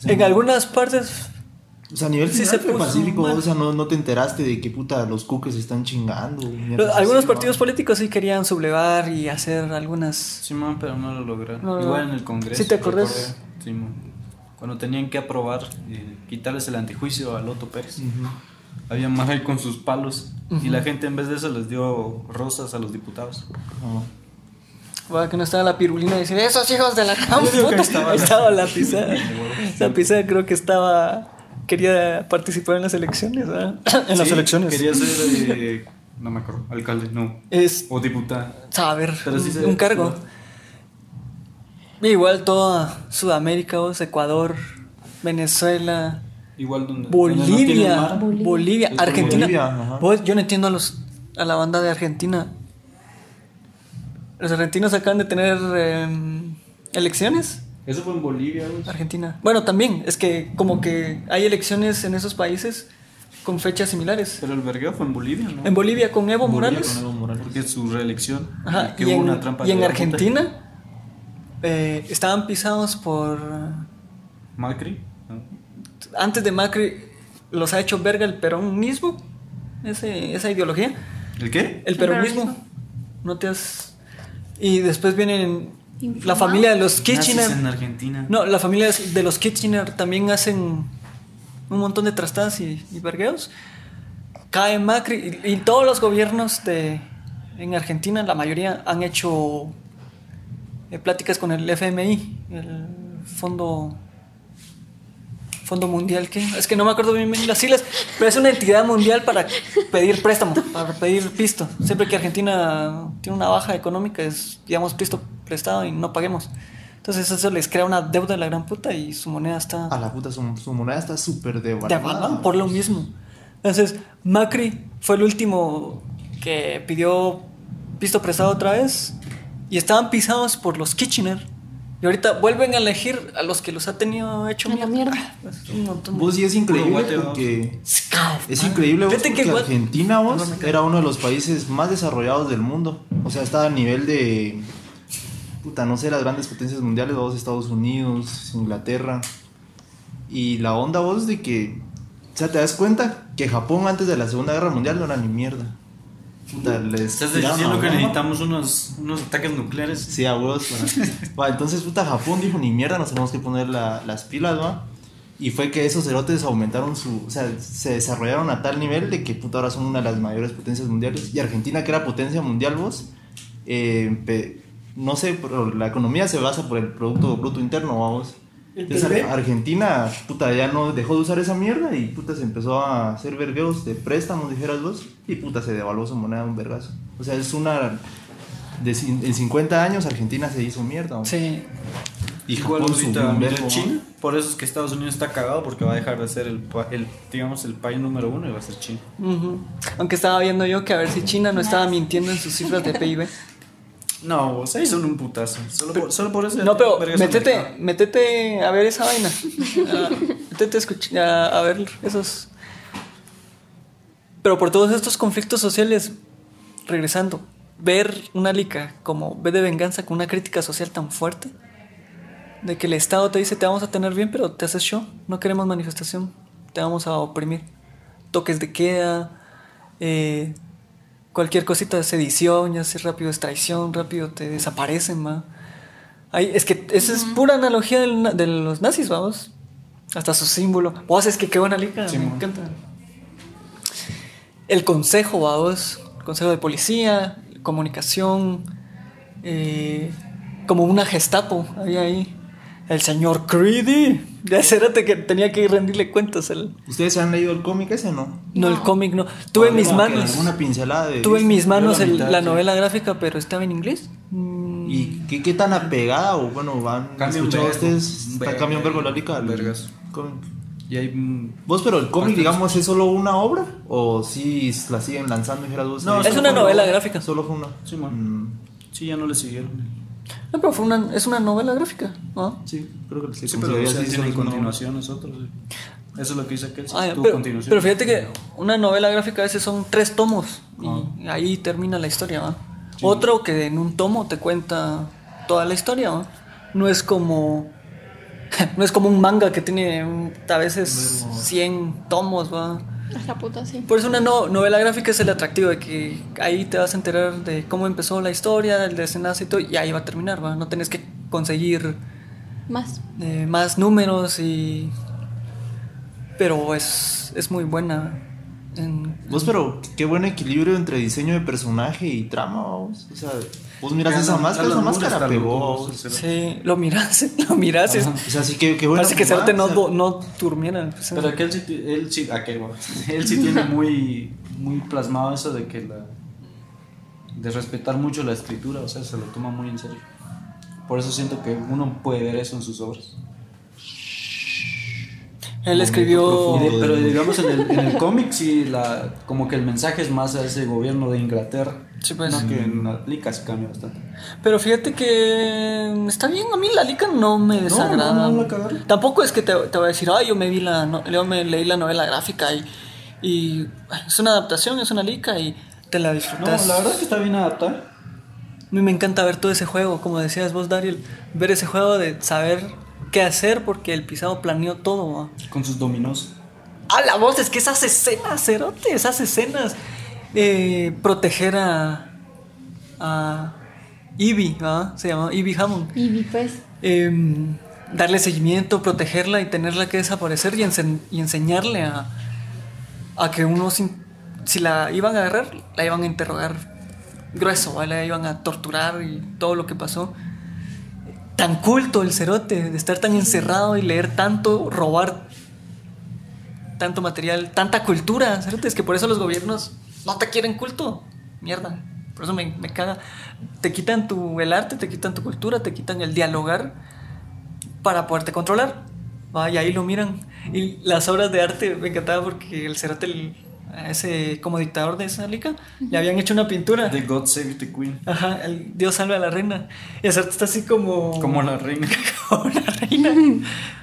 En algunas partes
O sea, a nivel
Sí
general
se
fue
puso
pacífico,
mal.
o sea, no, no te enteraste de que puta los cuques se están chingando. mierdas
Los- algunos
así,
partidos
¿no?
políticos sí querían sublevar y hacer algunas.
Sí, man, pero no lo lograron.
No, no,
Igual
no.
en el Congreso.
¿Sí te
recordé,
acordás?
sí, man. Cuando tenían que aprobar, eh, quitarles el antijuicio a Loto Pérez.
Mm.
Había más ahí con sus palos. Y la gente en vez de eso les dio rosas a los diputados.
No.
Va, que no estaba la pirulina y decir, esos hijos de la gran
Yo digo que
puta".
estaba-
Ahí estaba la pizarra. La pizarra creo que estaba. Quería participar en las elecciones, ¿verdad? En las
Sí,
elecciones.
Quería ser, eh, no me acuerdo, alcalde, no.
Es
O diputada.
saber
Pero sí se-
un cargo. Igual toda Sudamérica, vos, Ecuador, Venezuela,
Igual donde. donde no tienen
Bolivia,
mar.
Bolivia,
Es por
Argentina.
Bolivia, ajá.
Vos, yo no entiendo a, los, a la banda de Argentina. Los argentinos acaban de tener em, elecciones.
Eso fue en Bolivia, güey.
Argentina. Bueno, también, es que como que hay elecciones en esos países con fechas similares.
Pero el vergueo fue en Bolivia, ¿no?
En Bolivia con Evo Morales.
Con Evo Morales.
Porque su reelección.
Ajá,
que
y
hubo
en,
una trampa
y en
de la
Argentina eh, estaban pisados por...
puta. Macri. ¿no?
Antes de Macri los ha hecho verga el peronismo, ese- esa ideología.
¿El qué?
El
El
peronismo.
peronismo.
No te has... Y después vienen la
Infamado.
familia de los
Nazis en
Kirchner.
Argentina.
Pues, No, la familia de los Kitchener también hacen un montón de trastadas y, y vergueos. Cae Macri y, y todos los gobiernos de, en Argentina, la mayoría, han hecho eh, pláticas con el FMI, el Fondo Fondo Mundial, ¿qué? Es que no me acuerdo bien, bien las siglas, pero es una entidad mundial para pedir préstamo, para pedir pisto. Siempre que Argentina tiene una baja económica, es, digamos, pisto prestado y no paguemos. Entonces eso les crea una deuda de la gran puta y su moneda está
A la puta, su, su moneda está súper devaluada.
devaluada por lo mismo. Entonces, Macri fue el último que pidió pisto prestado otra vez y estaban pisados por los Kitchener. Y ahorita vuelven a elegir a los que los ha tenido hecho Ah, pues,
A la mierda.
Es un montón de-
Vos sí es increíble
Guate, vamos.
porque es
Ah,
increíble vos,
fíjate que
porque
igual-
Argentina vos era uno de los países más desarrollados del mundo. O sea, estaba a nivel de puta, no sé, las grandes potencias mundiales, vos Estados Unidos, Inglaterra. Y la onda vos de que o sea, te das cuenta que Japón antes de la Segunda Guerra Mundial no era ni mierda. Puta, les
Estás
tiraron la
diciendo que
bomba.
necesitamos unos, unos ataques nucleares.
Sí, a huevos. va. Va, entonces, puta, Japón dijo, ni mierda, nos tenemos que poner la- las pilas, ¿va? Y fue que esos cerotes aumentaron su... O sea, se desarrollaron a tal nivel de que, puta, ahora son una de las mayores potencias mundiales. Y Argentina, que era potencia mundial, vos, eh, pe- no sé, pero la economía se basa por el Producto Bruto Interno, vamos. Entonces, Ar- Argentina, puta, ya no dejó de usar esa mierda y puta se empezó a hacer vergueos de préstamos, dijeras vos, y puta se devaluó su moneda un vergazo. O sea, es una. de cin- en 50 años Argentina se hizo mierda. ¿no?
Sí.
Y
Igual
Japón subió
ahorita
un
mira,
vergo, ¿no?
China. Por eso es que Estados Unidos está cagado porque va a dejar de ser el, pa- el digamos el país número uno y va a ser China.
Ujú. Aunque estaba viendo yo que a ver si China no estaba mintiendo en sus cifras de PIB.
No, o sea, son un putazo. Solo por, solo por eso.
No, pero
vergas
métete,
americanos.
métete a ver esa vaina. Ah, métete a, escuch- a- a ver esos. Pero por todos estos conflictos sociales, regresando, ver una lica como B de venganza con una crítica social tan fuerte, de que el Estado te dice te vamos a tener bien, pero te haces show, no queremos manifestación, te vamos a oprimir. Toques de queda, eh, cualquier cosita es sedición, ya sé, rápido es traición, rápido te desaparecen, ma. Ay, es que esa es pura analogía del na- de los nazis, vamos. Hasta su símbolo. Vos es que qué buena liga, me encanta. El consejo, vamos. Consejo de policía, comunicación, eh, como una gestapo había ahí. El señor Creedy. Ya acérate que tenía que rendirle cuentas. El,
¿Ustedes se han leído el cómic ese no?
no, el cómic, no. Tuve en mis
Como que
manos.
alguna pincelada de.
Tuve en mis manos
la
el-
mitad,
la
sí.
novela gráfica, pero estaba en inglés. Mm,
¿Y qué, qué tan apegada o bueno, van
Cambia un
escuchado
vergo,
ustedes?
un
Está-
vergo,
Cambia un vergo la lica. al
vergas.
cómic?
Y hay mm,
Vos, pero el cómic,
Bastante.
digamos, es solo una obra o si la siguen lanzando, dijeras vos.
No,
eh,
es
solo
una
fue
novela
obra?
gráfica.
Solo fue una. Mm.
Sí, man. sí ya no le siguieron.
No, pero fue una, es una novela gráfica, ¿no?
Sí, creo que sí.
Sí,
como se
pero o
veía
sea,
así,
tienen
solo es una
continuación nosotros. sí. Eso es lo que dice aquel. sí,
Ah,
tuvo
pero,
continuación. este
pero fíjate que una novela gráfica a veces son tres tomos y ahí termina la historia, ¿va? Otro que en un tomo te cuenta toda la historia, ¿va? No es como... No es como un manga que tiene un- a veces 100 tomos, ¿va?
La puta, sí.
Por eso una no- novela gráfica es el atractivo de que ahí te vas a enterar de cómo empezó la historia, el desenlace y todo, y ahí va a terminar, ¿va? No tenés que conseguir
Más.
eh, más números y... Pero es, es muy buena. En...
Vos, pero qué buen equilibrio entre diseño de personaje y trama, vos. O sea, vos miras
Ya
esa
no-
máscara, esa
ya los
máscara pues,
muros
pegó,
están locos,
vos.
sí, sí.
Sí, lo miras, lo miras. es-
O sea, sí que qué bueno.
parece que se
arte
no, do- no durmiera. pues,
Pero aquel sí, ti- él sí, aquel, va. él sí tiene muy, muy plasmado eso de que la, de respetar mucho la escritura, o sea, se lo toma muy en serio. Por eso siento que uno puede ver eso en sus obras.
Él escribió...
Y de- pero
Joder.
digamos en el, en el cómic sí, la, como que el mensaje es más a ese gobierno de Inglaterra.
Sí, pues.
No, que en la Lica se cambia bastante.
Pero fíjate que está bien, a mí la lica no me desagrada.
no, no la cagaron.
Tampoco es que te, te voy a decir, ay, yo me vi la no- yo me leí la novela gráfica y, y ay, es una adaptación, es una lica y te la
No,
disfrutas.
la verdad es que está bien adaptada.
A mí me encanta ver todo ese juego, como decías vos, Dariel, ver ese juego de saber qué hacer porque el pisado planeó todo. ¿va?
Con sus dominos.
A la voz, es que esas escenas, cerote, esas escenas. eh, proteger a. a. Ivy, ¿va? Se llamaba Ivy Hammond.
Y vi, pues.
em, darle seguimiento, protegerla y tenerla que desaparecer y, ense- y enseñarle a, a que uno, sin- si la iban a agarrar, la iban a interrogar grueso, ¿va? la iban a torturar y todo lo que pasó. Tan culto el cerote, de estar tan encerrado y leer tanto, robar tanto material, tanta cultura, cerote, es que por eso los gobiernos no te quieren culto, mierda. Por eso me, me caga. Te quitan tu, el arte, te quitan tu cultura, te quitan el dialogar para poderte controlar. Va, y ahí lo miran. Y las obras de arte me encantaba porque el Cerote, el- a ese como dictador de esa lica, le habían hecho una pintura.
De God Save the Queen.
Ajá, el Dios salve a la reina. Y el Cerote está así como.
Como la reina.
como la reina.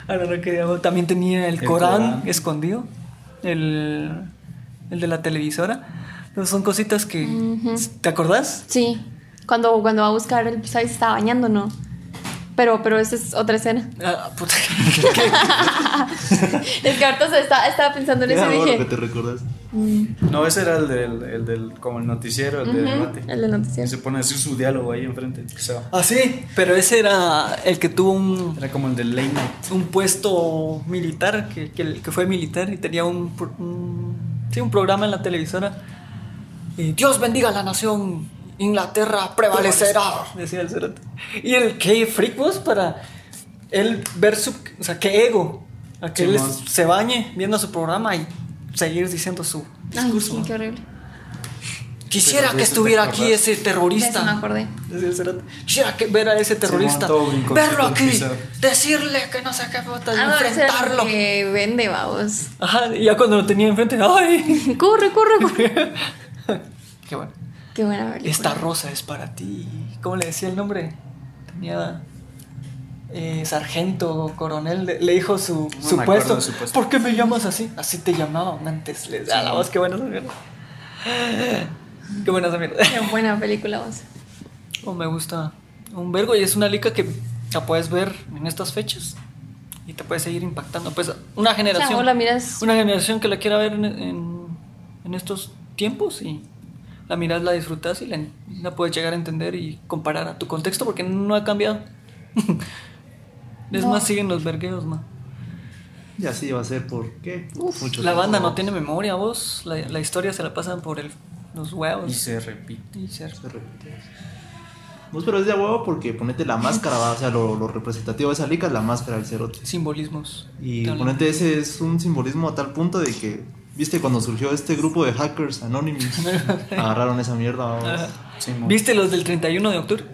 Ahora no que digo, También tenía el,
El
Corán,
Corán.
escondido. El, el de la televisora. Entonces son cositas que. ¿Te acordás?
Sí. Cuando, cuando va a buscar el pisado y se está bañando, ¿no? Pero, pero esa es otra escena.
Ah, puta.
Es que ahorita se está, estaba pensando en
Era
eso y
vos lo que
dije.
te recordaste.
No, ese era el del, el del como el noticiero, el del
"Ujú,
debate.
El de
Y
noticias.
se pone a decir su diálogo ahí enfrente. O sea,
Ah, sí, pero ese era el que tuvo un,
era como el del late night.
un puesto militar, que, que, que fue militar y tenía un, pro- un- sí, un programa en la televisora. Y, Dios bendiga a la nación, Inglaterra prevalecerá, decía el cerote. Y el que freak vos para él ver su. O sea, que ego. A que él
Simón.
es- se bañe viendo su programa y seguir diciendo su
Ay,
discurso.
sí, qué horrible.
Quisiera
Pero
que
de eso te
estuviera aquí
acordás.
ese
Ya se me
terrorista.
acordé.
Decía el cerote. Quisiera que ver a ese terrorista.
todo brincó,
verlo
todo
aquí.
pisado.
Decirle que no sé qué puta.
Ah, no, ese era
enfrentarlo.
el que vende, vamos.
Ajá, y ya cuando lo tenía enfrente. ¡Ay!
Corre, corre, corre.
qué bueno.
Qué buena película.
Esta rosa es para ti. ¿Cómo le decía el nombre? Tenía eh, sargento o coronel. Le, le dijo su,
me
su puesto.
acuerdo de su puesto.
¿Por qué me llamas así? Así te llamaban antes. Les da la voz. Qué buena esa mierda. Qué buena esa mierda.
Qué buena película, vamos.
O Oh, me gusta un vergo y es una lica que la puedes ver en estas fechas y te puede seguir impactando. Pues una generación.
vos la miras-
Una generación que la quiera ver en, en- en estos tiempos y la miras, la disfrutas y la, la puedes llegar a entender y comparar a tu contexto porque no ha cambiado. es
No.
más, siguen los vergueos, ma.
Y así va a ser por qué. Mucho
La
tiempo.
banda no tiene memoria, vos. La, la historia se la pasan por el, los
Y
huevos.
se repite.
Y ser-
Se repite. Pues, pero es de huevo porque ponete la máscara, va, o sea, lo, lo representativo de esa lica es la máscara del cerote.
Simbolismos.
Y
Te hablan.
ponete ese es un simbolismo a tal punto de que, viste, cuando surgió este grupo de hackers anónimos, agarraron esa mierda. vamos.
Sí, mo-
¿Viste los del 31 de octubre?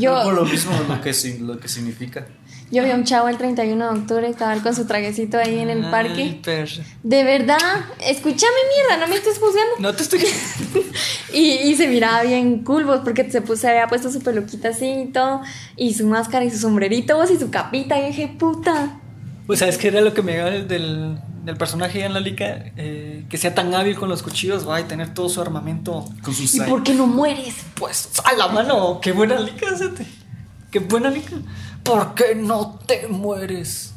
Yo,
Por lo mismo lo que, sin- lo que significa.
yo vi a un chavo el 31 de octubre, estaba con su traguecito ahí en el
Ay,
parque.
perra.
De verdad, escúchame mierda, no me estés juzgando.
No te estoy.
Y, y se miraba bien cool, vos, porque se, puso, se había puesto su peluquita así y todo, y su máscara y su sombrerito, vos, y su capita, y dije, puta.
Pues sabes que era lo que me llegaba del, del personaje en la lica, eh, que sea tan hábil con los cuchillos, va, y tener todo su armamento.
Con sus
¿Y por qué no mueres?
Pues a la mano, qué buena lica, sete. Qué buena lica. ¿Por qué no te mueres?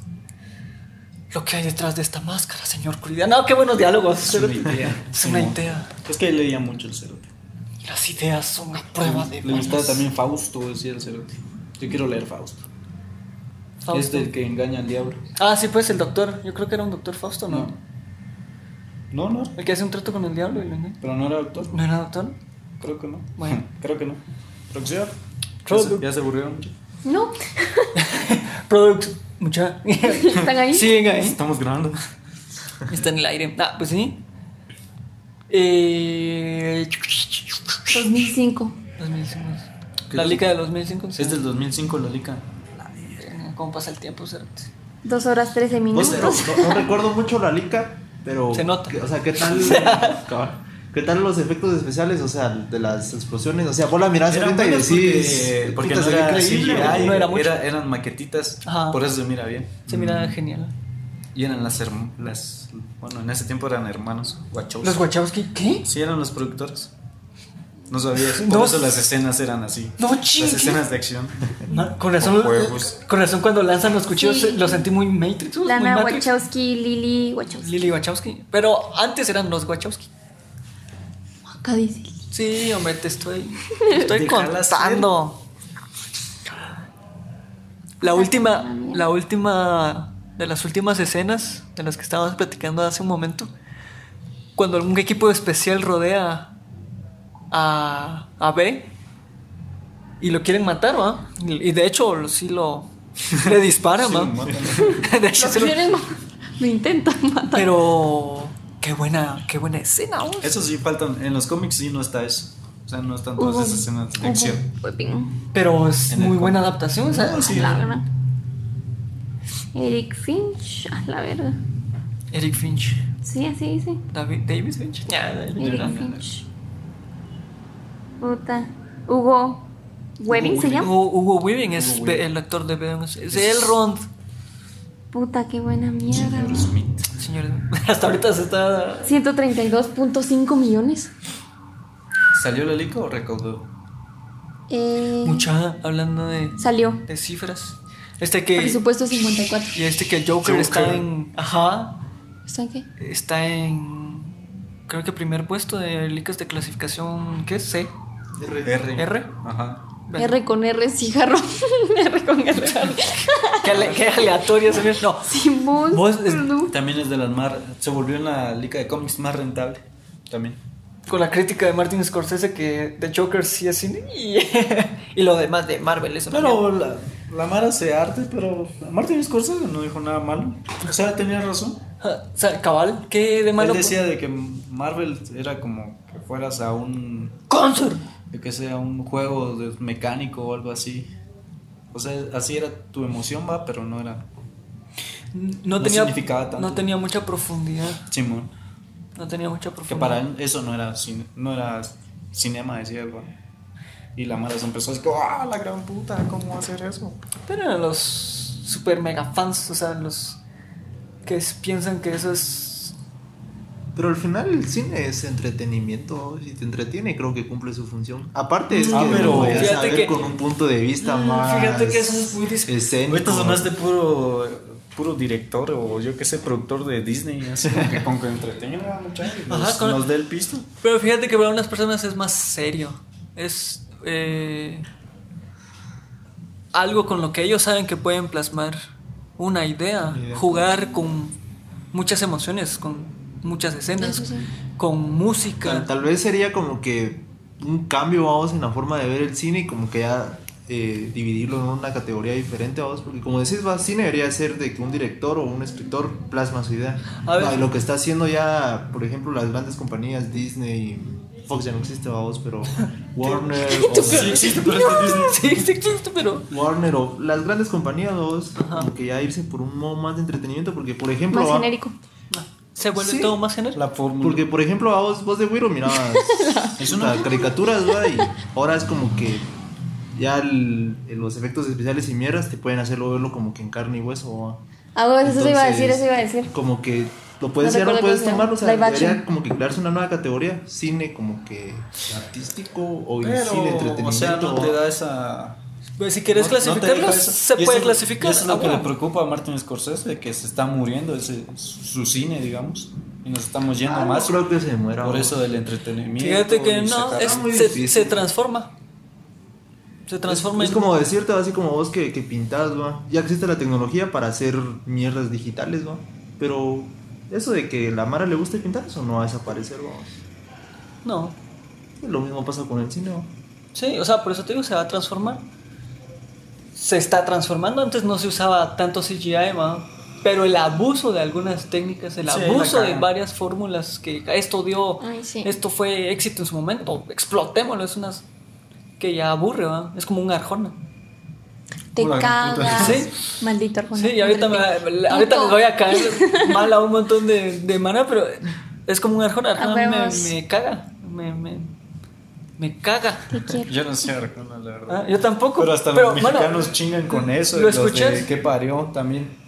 Lo que hay detrás de esta máscara, señor Curidad. No, qué buenos diálogos.
Es una idea.
Es una idea.
Es que leía mucho el cerote.
Las ideas son una prueba de.
Le gustaba
buenas.
también Fausto, decía el cerote. Yo quiero leer Fausto.
Fausto.
Es
este
del que engaña al diablo.
Ah, sí, pues el doctor. Yo creo que era un doctor Fausto, ¿no?
No, no,
El que hace un trato con el diablo y lo engaña.
pero no era doctor.
¿No era doctor?
Creo que no.
Bueno.
creo que no. Creo que sí.
Creo
Ya se-
que-
Ya se aburrieron mucho.
No,
Product. Mucha.
están ahí.
Siguen ahí.
Estamos grabando.
Está en el aire. Ah, pues sí. Eh,
2005.
2005. La lica de 2005. sí.
Es del 2005 la lica.
¿Cómo pasa el tiempo, Cerote?
Dos horas 13
No, sé, no,
minutos.
no- no recuerdo mucho la lica, pero.
Se nota.
que- o sea, ¿qué tal, Cabal. ¿qué tal los efectos especiales? O sea, de las explosiones. O sea, vos la mirás
Era
ahorita y
buenas
decís.
porque- porque
"Puta,
no
se ve
era
increíble,
CGI,
güey".
No era mucho.
era- eran maquetitas,
Ajá.
por eso se mira bien.
Se mira genial.
Y eran las, herm- las bueno, en ese tiempo eran hermanos Wachowski.
¿Los Wachowski? ¿Qué?
Sí, eran los productores. No sabías, por
No.
eso las escenas eran así.
No
Las
chingues.
escenas de acción.
No, con, razón,
Juegos.
con razón cuando lanzan los cuchillos
Sí.
lo sentí muy Matrix. muy
Lana
Matrix.
Wachowski, Lily Wachowski.
Lily Wachowski. Pero antes eran los Wachowski.
Acá dice.
Sí, hombre, te estoy, te estoy
Déjala ser.
contando. La última, la última de las últimas escenas de las que estábamos platicando hace un momento, cuando algún equipo especial rodea a, a B y lo quieren matar, ¿va? Y y de hecho sí lo le dispara,
Sí,
¿va?
lo matan.
De hecho, sí lo-
Me intentan matar.
pero qué buena, qué buena escena. ¿va?
Eso sí faltan, en los cómics sí no está eso. O sea, no están todas
Hubo-
esas escenas de
hubo-
acción.
fue bien,
Pero es
En el
muy
com-
buena adaptación, ¿sabes?
La verdad. Eric Finch, a la verga.
Eric Finch.
Sí, así dice.
David, Davis Finch. Ya,
Eric Finch. Puta. Hugo. Webbing se llama.
Hugo, Hugo Weaving es be- el actor de Venom. Es es Elrond.
Puta, qué buena mierda.
Señor Smith.
Señores, hasta ahorita se está.
132.5 millones.
¿Salió la lica o recaudó?
Eh,
Mucha hablando de,
Salió.
de cifras. Este que.
Presupuesto 54.
Y este que el Joker está en. Ajá.
¿Está en qué?
Está en. Creo que primer puesto de licas de clasificación. ¿Qué es? C.
R.
R.
Ajá.
Bueno,
R con R, cigarro. R con R.
Qué, ale- qué aleatorio, señor. No.
Simón.
Vos es-
perdón.
También es de las más. Se volvió en la liga de cómics más rentable. También.
Con la crítica de Martin Scorsese que The Joker sí es cine y, y lo demás de Marvel es una mierda.
Pero la-
La Mara se arte, pero Martin Scorsese no dijo nada malo. O sea, tenía razón.
Ah, O sea, cabal, ¿qué de malo? pues.
Él decía de que Marvel era como que fueras a un,
¡Cónsur!
de que sea un juego de mecánico o algo así. O sea, así era tu emoción, va, pero no era
No
No
tenía,
significaba tanto.
no tenía mucha profundidad.
Simón.
No tenía mucha
Que
profundidad.
para él eso no era, cine- no era cinema, decía algo. Y la Mara se empezó así, como, ¡ah, la gran puta! ¿Cómo va a hacer eso?
Pero eran los super mega fans, o sea, los que es- piensan que eso es.
Pero al final el cine es entretenimiento, si te entretiene creo que cumple su función. Aparte es
Ah,
que
pero
lo puedes
fíjate
saber
que-
con un punto de vista
Mm,
más
fíjate que eso es muy dis-
escénico.
Ahorita sonaste puro, puro director o yo que sé, productor de Disney. Así como que con que entretenga, muchachos.
Ajá,
Nos,
con-
nos dé el pisto.
Pero fíjate que para unas personas es más serio. Es. eh, algo con lo que ellos saben que pueden plasmar una idea,
Idea.
jugar con muchas emociones, con muchas escenas,
Eso sí.
con música.
Tal, tal vez sería como que un cambio, vamos, en la forma de ver el cine y como que ya eh, dividirlo en una categoría diferente, vamos, porque como decís, va, cine debería ser de que un director o un escritor plasma su idea.
A ver.
Va, y lo que está haciendo ya, por ejemplo, las grandes compañías Disney, Fox ya no existe, vamos, pero Warner o...
Sí, sí existe, pero.
Warner o las grandes compañías, vamos, como que ya irse por un modo más de entretenimiento, porque por ejemplo...
Más
va-
genérico.
Se vuelve
Sí.
todo más general.
La fórmula.
Porque, por ejemplo, a vos, vos de Wiro mirabas
Es
es
una-
caricaturas, ¿va? Y ahora es como que ya el- los efectos especiales y mierdas te pueden hacerlo verlo como que en carne y hueso. ¿va?
Ah, bueno, eso se iba a decir,
Entonces,
eso iba a decir.
Como que lo puedes,
No
ya lo
recuerdo
puedes
cómo se llama.
tomar, o sea,
Live action.
debería como que crearse una nueva categoría, cine como que artístico o cine entretenimiento.
o sea, no te
¿va?
da esa.
Pues, si quieres
no- no te
clasificarlos,
deja eso.
se
Y
puede
eso-
clasificar.
y Eso es lo
Ah,
que le
bueno.
preocupa a Martin Scorsese, de que se está muriendo ese, su su cine, digamos. Y nos estamos yendo
Ah, no
más
creo que se muera.
por
¿va?
eso del entretenimiento.
Fíjate que
y
no,
sacar-
es-
muy
se,
difícil.
se transforma. Se transforma
Es
en-
como decirte, así como vos que, que pintás, ¿va? Ya existe la tecnología para hacer mierdas digitales, ¿va? Pero eso de que la Mara le guste pintar, eso no va a desaparecer, ¿va?
No.
Lo mismo pasa con el cine, ¿va?
Sí, o sea, por eso te digo, se va a transformar. Se está transformando. Antes no se usaba tanto CGI, ¿va? pero el abuso de algunas técnicas, el
Sí,
abuso
la
de
cagan.
varias fórmulas que esto dio,
Ay, sí.
esto fue éxito en su momento, explotémoslo, es unas que ya aburre, ¿va? es como un arjona.
Te
Pura
cagas.
Sí.
Maldito Arjona.
Sí, y ahorita, me, ahorita les voy a caer mal a un montón de, de mana, pero es como un arjona. Arjona
A
me,
huevos.
me caga. Me, me, me caga.
Te quiero.
Yo no sé, Arjona, la verdad.
Ah, yo tampoco.
Pero hasta los
mano,
mexicanos chingan con eso.
¿lo
los de
escuchas?
¿Qué parió también?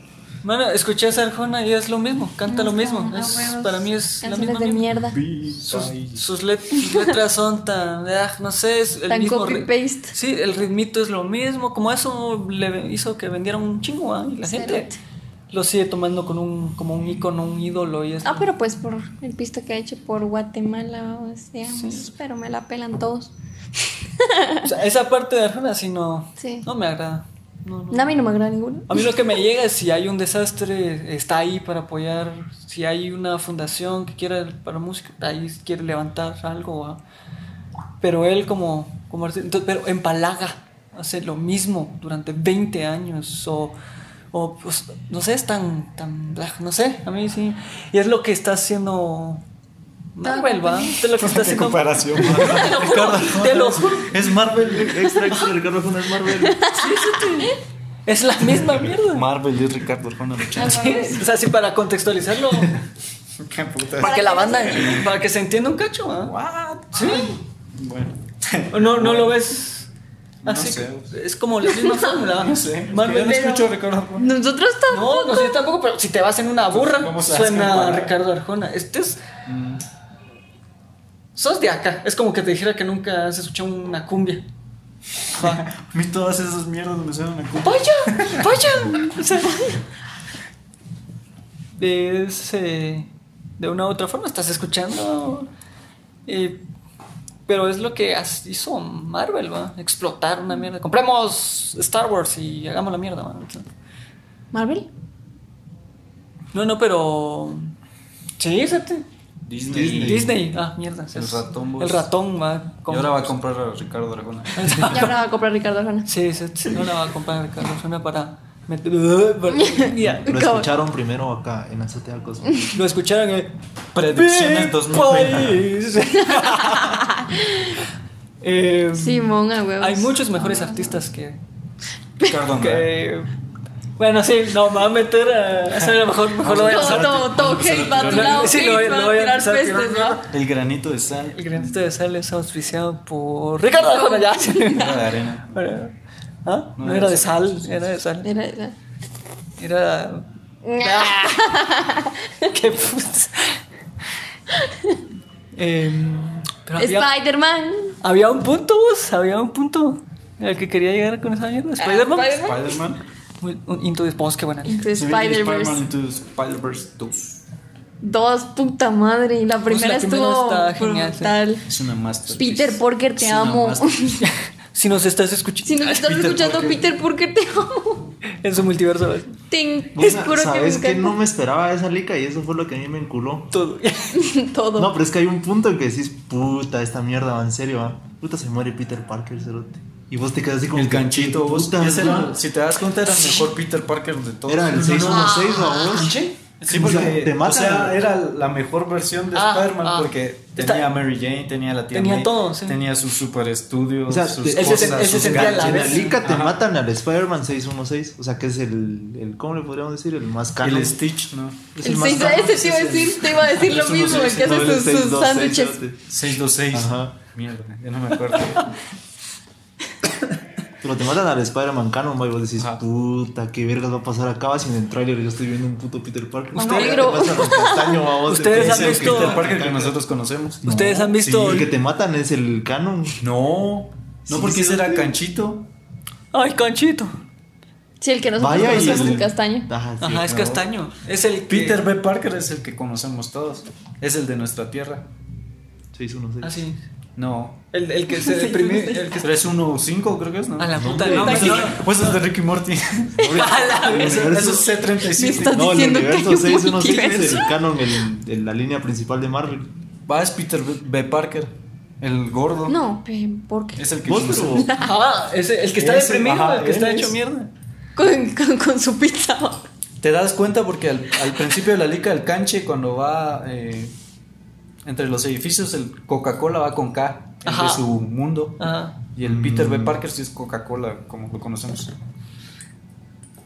Mano, escuché a esa Arjona y es lo mismo, canta lo mismo.
Ah,
Es-
huevos.
para mí es la
Canciones
misma
de
mierda.
mierda.
Sus, sus let- sus letras son tan, ah, no sé, es el
Tan
mismo
copy
ri-
paste.
Sí, el ritmito es lo mismo, como eso le hizo que vendieran un chingo ah, y la gente
Excelente.
lo sigue tomando con un como un ícono, un ídolo y es
Ah, pero pues por el pisto que ha hecho por Guatemala, o sea, pero me la pelan todos.
O sea, esa parte de Arjona sí no,
Sí.
no me agrada. No, no.
No, a mí no me agrada ninguno.
A mí lo que me llega es si hay un desastre, está ahí para apoyar, si hay una fundación que quiera para música, ahí quiere levantar algo. ¿va? Pero él como, como arti- entonces, pero empalaga, hace lo mismo durante 20 años o, o, pues, no sé, es tan, tan, bla, no sé, a mí sí. Y es lo que está haciendo Marvel, ¿va? Es lo que está haciendo...
comparación.
Te lo juro, te lo juro.
Es Marvel, eh, extra, extra, Ricardo Arjona es Marvel.
Es la misma mierda.
Marvel y Ricardo Arjona lo
Ah,
Sí, o sea, sí, para contextualizarlo,
Qué puta.
para que la banda, para que se entienda un cacho, ¿ah?
What?
Sí.
Bueno.
No, no lo ves
No
así.
sé.
Es como la misma fórmula.
No sé.
Marvel,
yo no
pero-
escucho a Ricardo Arjona.
Nosotros también.
No, no sé tampoco, pero si te vas en una burra,
¿Cómo se hace
suena a
comparar?
Ricardo Arjona. Este es.
Mm.
Sos de acá. Es como que te dijera que nunca has escuchado una cumbia. Va.
A mí todas esas mierdas me suenan a culpa.
¡Vaya! ¡Vaya! O sea, es, eh, de una u otra forma estás escuchando. eh, pero es lo que has- hizo Marvel, ¿va? Explotar una mierda. Compremos Star Wars y hagamos la mierda, ¿va?
Marvel.
No, no, pero. Sí, fíjate.
Disney.
Disney. Ah, mierda.
El
es-
ratón, vos.
El ratón va.
Y ahora va a comprar a Ricardo Arjona.
Ya ahora va a comprar Ricardo Arjona.
Sí, sí, sí, ahora va a comprar el carro. Suena para. meter- para- Ya.
Lo
Como-
escucharon primero acá en Azotealcos.
Lo escucharon en.
Predicciones
Big
2020.
Boys. Eh,
Simón, a huevos.
hay muchos mejores artistas que.
Ricardo Andrade.
que- bueno, sí, no, me va a meter a. Eso a lo mejor, mejor lo voy a
Todo,
pasar.
todo, todo hate va a tu lado.
Sí, lo voy-
hate va
lo voy a
tirar
empezar a tirar
pestes,
mierda.
¿va?
El granito de sal.
El granito de sal es auspiciado por. Ricardo Arjona, ya.
Era de arena.
Bueno, ¿Ah? No era de sal, era de sal.
Era esa.
Era. Ah, ¡Qué puta! Em, pero había,
Spider-Man.
había un punto, vos, había un punto al que quería llegar con esa mierda. Spider-Man.
Ah, Spider-Man.
Spider-Man.
Muy- un Into the Spawn, qué buena.
Into
Se viene
Spider-Verse.
Spider-Man into Spider-Verse 2.
Dos, puta madre. Y la primera
Pues la primera
estuvo
estaba genial, sí. Pues,
brutal.
Es una master.
Peter Porker, te amo.
Si nos estás escuchando
Si no me estás
Peter
escuchando,
Porker.
Peter Porker, te amo.
en su multiverso, ¿ves?
Te
Mira,
juro que me
¿Sabes que
encanta
no me esperaba esa lica y eso fue lo que a mí me enculó?
todo.
todo.
No, pero es que hay un punto en que decís, puta, esta mierda va en serio, va. Puta, se muere Peter Parker, cerote. Y vos te quedas así como.
El
que,
ganchito, vos.
puta,
Ese era-
¿no?
si te das cuenta, era el mejor Peter Parker de todos.
Era el 616, a vos.
Ah, Sí,
O
porque
sea, te matan.
o sea, era la mejor versión de
Ah,
Spider-Man
ah.
porque
Está-
tenía a Mary Jane, tenía a la tía
Tenía
May,
todo, sí.
tenía su super estudio,
O sea,
sus
te- él se-
cosas,
él se
sus
sentía a la
En
gadgets.
la
vez.
lica te
Ajá.
matan al Spider-Man 616. O sea, que es el, el. ¿Cómo le podríamos decir? El más caro.
El este- Stitch, ¿no?
pues, es el
El
más
6
caro,
ese te iba a decir, te iba a decir lo
Eso no
mismo,
sé
el
si
que
Ah, No, el
hace sus- sus
626,
sándwiches.
cerote.
626.
Ajá.
Mierda, ya no me acuerdo.
Pero te matan al Spider-Man Canon, va, y vos decís,
Ajá.
puta, qué vergas va a pasar acá, va, sin el tráiler yo estoy viendo un puto Peter Parker.
Mano
Usted-
negro.
te pasan el castaño, va, vos,
Ustedes
te
han
Ese
dicen
es
que
el
visto-
Peter
Peter
Parker que
Parker-
nosotros conocemos.
Ustedes han
Sí,
visto.
el que te matan es el Canon.
No. No,
Sí,
porque ese
sí,
era
sí.
Canchito.
Ay, Conchito.
Sí, el que nosotros
Vaya y
conocemos
el
el castaño.
Ajá, sí,
Ajá, es
claro.
castaño. Es el que-
Peter B. Parker es el que conocemos todos. Es el de nuestra tierra.
616.
Ah, sí.
No.
El, el que se deprime. El que...
315 creo que es, ¿no?
A la puta, no,
Pues
pues
es,
no.
pues es de Ricky Morty. Eso eso es
Me
C35.
estás
No, el
diciendo que hay
universo
un
616 es
multiverso.
el canon, el, el- la línea principal de Marvel.
Va, es Peter B. B. Parker. El gordo.
No, Peter Porker.
Es el que
Vos,
conocemos.
pero.
Ajá, es el que está
Ese,
deprimido,
ajá,
el que está
él
hecho
es.
mierda.
Con, con, con su pizza.
Te das cuenta porque al, al principio de la lica del canche, cuando va eh, entre los edificios, el Coca-Cola va con K, el
Ajá. Ah.
de su mundo.
Ajá.
Y el Peter
Mm.
B. Parker sí es Coca-Cola, como lo conocemos.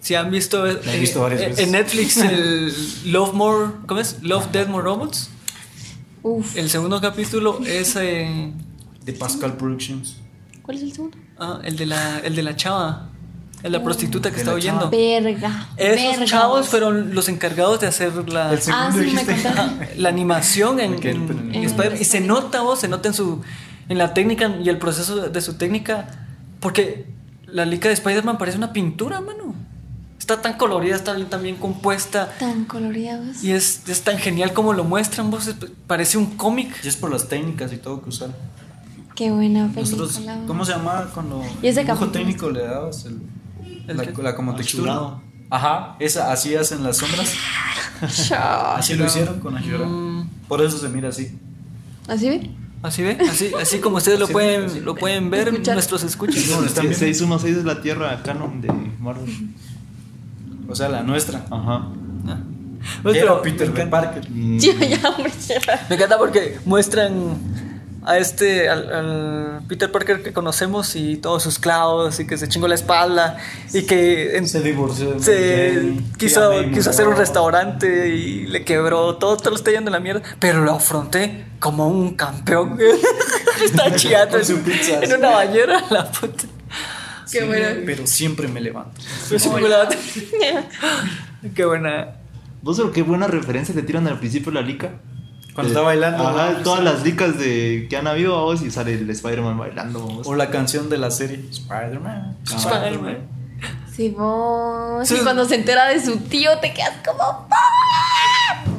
Si han visto, eh,
he visto varias
eh,
veces.
en Netflix el Love More, ¿cómo es? Love Dead More Robots.
Uf.
El segundo capítulo es eh,
De Pascal Productions.
¿Cuál es el segundo?
ah, el de la el de la chava, el de la prostituta que está huyendo.
Verga.
Esos
verga.
chavos fueron los encargados de hacer la,
El
Ah,
segundo
sí, me
dijiste.
contaron.
la animación en,
Ok,
en-
pero-
en
En
Spider-Man. y se nota vos, se nota en su en la técnica y el proceso de su técnica porque la lica de Spider-Man parece una pintura, mano. Está tan colorida, está bien- tan bien compuesta.
Tan coloreados.
Y es, es tan genial como lo muestran, vos es- parece un cómic.
Y es por las técnicas y todo que usaron.
Qué buena película.
Nosotros, ¿cómo se llamaba cuando
Y ese
dibujo
capítulo-
técnico le dabas el,
¿El
la,
qué?
la como
Ah,
textura?
chulado.
Ajá, esa así hacen las sombras.
Chao.
Así lo hicieron con Ashura.
Mm,
Por eso se mira así.
¿Así ve?
así ve, así, así como ustedes lo
Así, así.
pueden, lo pueden ver,
Escuchar.
nuestros escuchas.
No, está
Sí,
bien.
616 es la tierra canon de Marvel.
O sea, la nuestra.
Ajá.
Ah. Pues, pero
Pero Peter
me,
B.
encanta,
Parker.
Mm,
Sí, ya, hombre. ya.
me encanta porque muestran a este, al, al Peter Parker que conocemos y todos sus clavos y que se chingó la espalda y que en-
Se divorció. de
se
Mary Jane,
quiso,
tía May
quiso
murió.
hacer un restaurante y le quebró, todo te lo está yendo a la mierda, pero lo afronté como un campeón. está chillando
Con su pizza.
en una bañera, la puta.
Qué buena.
Pero siempre me levanto.
Es un chocolate. Qué buena.
Ah,
Vos, pero qué buena referencia le tiran al principio de la lica.
Cuando
De-
está bailando,
Ajá,
¿no?
todas las licas de, que han habido, vos, y sale el Spider-Man bailando. vos.
O la canción de la serie Spider-Man.
Spider-Man.
Sí, vos.
Sí.
Y cuando se entera de su tío, te quedas como. "Pa".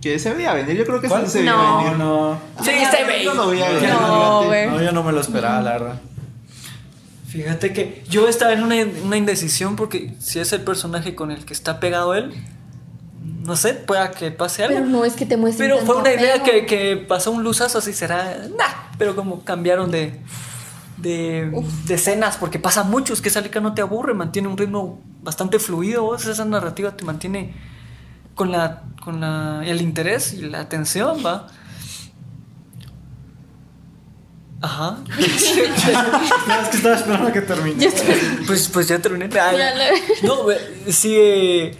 Que se veía venir, yo creo que sí se veía
No.
venir.
no.
Sí,
Ah,
se ve.
Yo no lo veía venir.
No,
fíjate.
güey.
No, yo no me lo esperaba, la verdad.
Fíjate que yo estaba en una, una indecisión porque si es el personaje con el que está pegado él, no sé, pueda que pase algo.
Pero no es que te muestren
Pero fue
tanto
una idea
pelo.
que, que pasó un luzazo, así será. Nah, pero como cambiaron de, de, de escenas, porque pasa mucho, es que esa liga no te aburre, mantiene un ritmo bastante fluido, vos, esa narrativa te mantiene con, la, con la, el interés y la atención, va. Ajá.
es que estaba esperando a que termine.
Yo estoy-
Pues, pues ya terminé. Ay,
Ya
no, eh, sí. eh,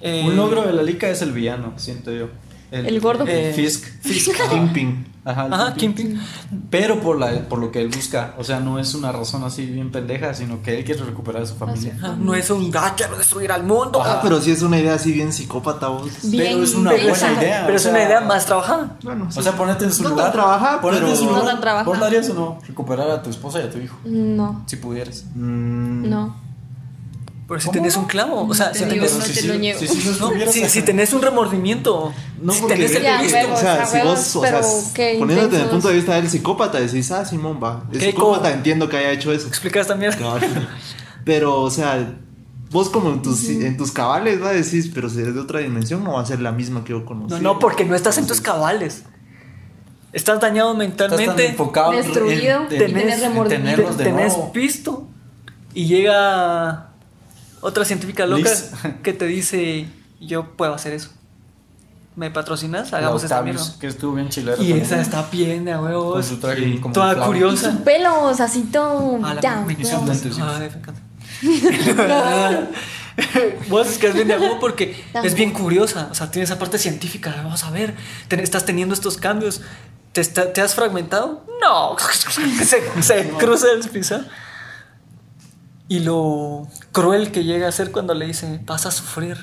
eh,
Un logro de la lica es el villano, siento yo.
El gordo.
El
Eh,
Fisk.
Kingpin.
Ajá, el
Ajá,
Kingpin.
Kingpin.
Pero por, la, por lo que él busca. O sea, no es una razón así bien pendeja, sino que él quiere recuperar a su familia.
Ajá, No es un ah, quiero destruir al mundo.
Ah, pero sí es una idea así bien psicópata, vos.
Bien,
Pero es una
bien.
buena idea.
Pero
o
es una
sea,
idea más trabajada.
Bueno, sí.
O sea, ponerte en su
No tan
lugar.
trabaja,
ponerte
pero-
en su
No
lugar.
tan trabaja.
¿Vos lo harías o no? Recuperar a tu esposa y a tu hijo.
No,
Si pudieras.
Mm,
no.
Pero si tenés un clavo, o sea,
Te
si
digo,
tenés,
no
si
te
sí-
lo niego.
si sí los
no,
tuvieras,
si, si tenés un remordimiento,
No,
si
porque-
tenés el
Ya,
listo.
huevos,
O sea,
a
si vos, o sea,
huevos,
s-
pero qué
poniéndote desde el
intensos.
punto de vista del psicópata, decís, ah, Simón va. Es
¿Qué?
psicópata,
¿Cómo?
entiendo que haya hecho eso.
Explica esta mierda.
Cabal. Pero, o sea, vos como en tus, en tus cabales, ¿va? Decís, pero si eres de otra dimensión, no va a ser la misma que yo conocí.
No, no, porque no estás en tus cabales. Estás dañado
Estás tan
mentalmente.
enfocado en-
Destruido,
en,
tenés remordimiento.
tenerlos de
tenés
nuevo.
pisto. Y llega otra científica loca
Liz.
que te dice: Yo puedo hacer eso. ¿Me patrocinas? Hagamos esta mierda.
Octavius, que estuvo bien
Y
chilero. también,
esa está bien, a
Con
huevos.
su traje
Sí.
como
Toda
inflable.
curiosa.
Sus pelos, así todo.
A Ah, la
ya. pues.
bendición
no.
de- Dios.
Ay, me encanta. Vos es que es bien de algo porque es bien curiosa, o sea, tiene esa parte científica, vamos a ver, te- estás teniendo estos cambios, ¿te, está- te has fragmentado? No, se, se cruza el piso. Y lo cruel que llega a ser cuando le dice, vas a sufrir,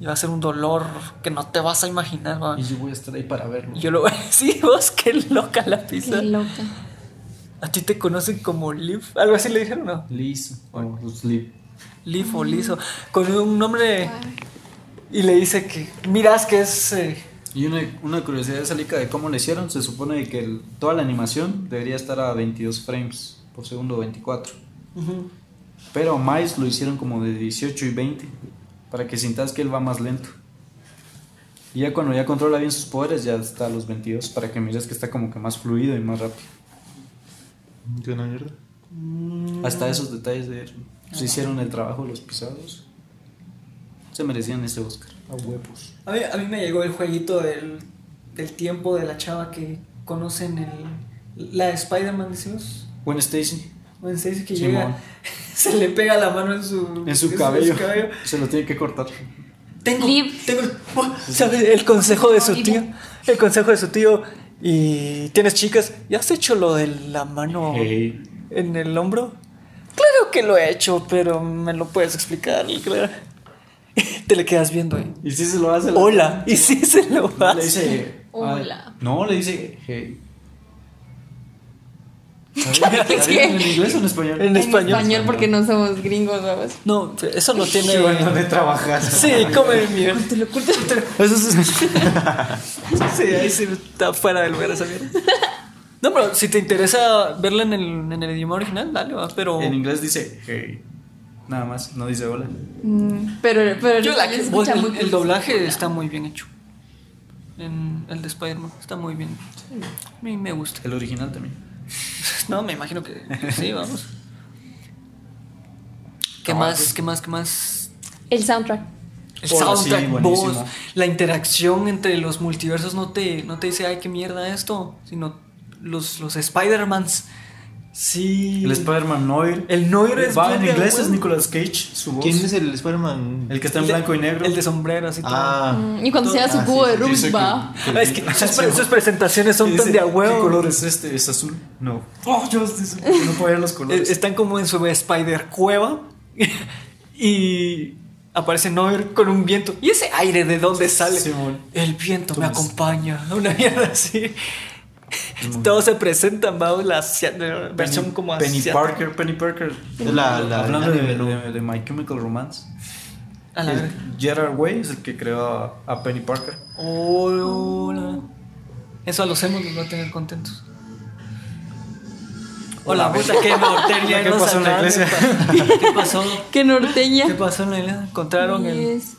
y va a ser un dolor que no te vas a imaginar. va".
Y yo voy a estar ahí para verlo.
Y yo lo sí, vos, qué loca la pizza.
Qué loca.
A ti te conocen como Liv, algo así le dijeron, ¿no?
Liz. o Sleep.
Lifo, liso, con un nombre y le dice que miras que es eh,
Y una, una curiosidad de esa lica de cómo le hicieron, se supone de que el- toda la animación debería estar a 22 frames por segundo, 24. Pero a Miles lo hicieron como de 18 y 20, para que sintas que él va más lento. Y ya cuando ya controla bien sus poderes, ya está a los 22, para que mires que está como que más fluido y más rápido.
¿Qué una mierda?
Hasta esos detalles de se hicieron el trabajo los pisados. Se merecían ese Oscar. A huevos.
a mí, a mí me llegó el jueguito del, del tiempo de la chava que conocen el la de Spider-Man decimos
Gwen Stacy,
o en seis que
Simón.
llega se le pega la mano en su
en su cabello.
su cabello.
Se lo tiene que cortar.
Tengo,
Liv.
tengo ¡buah! ¿sabes? el consejo de su tío, el consejo de su tío y tienes chicas, ¿ya has hecho lo de la mano?
Hey.
¿En el hombro? Claro que lo he hecho, pero me lo puedes explicar, claro. Te le quedas viendo ahí.
Y si se lo hace. la-
Hola, y si se lo
No, le
vas.
dice.
Hola.
"Ay". No, le dice. Hey. ¿Sabían que- sabían ¿En inglés o en español?
En español.
porque no somos gringos, vamos.
No, eso no tiene.
¿Dónde trabajas?
Sí, come mierda. Te lo
Eso es.
Sí, ahí sí está fuera del lugar esa mierda. No, pero si te interesa verla en el, en el idioma original, dale, va. Pero.
En inglés dice. Hey. Nada más, no dice hola.
Pero, pero
Mm. Yo la que-
se
vos,
escucha
el,
muy
el doblaje está muy bien hecho. En el de Spider-Man está muy bien. A mí me gusta.
El original también.
No, me imagino que sí, vamos.
Ah,
¿Qué
pues,
más? ¿Qué más? ¿Qué más?
El soundtrack.
El
Oh, sí,
soundtrack,
buenísimo.
voz, la interacción entre los multiversos no te, no te dice, ay, qué mierda esto, sino los, los Spider-Mans. Sí.
El Spider-Man Noir.
El Noir es
Va
bien
en
de
inglés,
huevo.
es Nicolas Cage, su voz.
¿Quién es el Spider-Man?
El que está
El
en
de-
blanco y negro.
El de sombrero, así
Ah,
Mm, Y cuando se da su cubo de
Dice
Rubik,
que-
va.
todo. Ah, Es que sus, pre- sus presentaciones son
Dice,
tan de a
¿Qué
huevo.
color es este? ¿Es azul? No. Oh, yo estoy- no puedo ver los
Eh,
colores.
Están como en su Spider cueva y aparece Noir con un viento. ¿Y ese aire de dónde sale?
Simón.
El viento me
Tomas.
acompaña. Una mierda así. Todos se presentan, vamos, la asia- versión
Penny-
como
Penny
asiática.
Parker, Penny Parker.
es la, la-
Hablando
el
de,
anime, ¿no?
de- de My Chemical Romance.
A la
el
verga.
Gerard Way es el que creó a, a Penny Parker.
Oh, la- Eso a los hemos nos va a tener contentos. Hola,
Hola,
puta, qué mortería.
¿Qué
no
pasó en la
sabrán,
iglesia?
¿Qué pasó?
Qué
¿Qué
norteña.
pasó en la iglesia? Encontraron el.
Yes.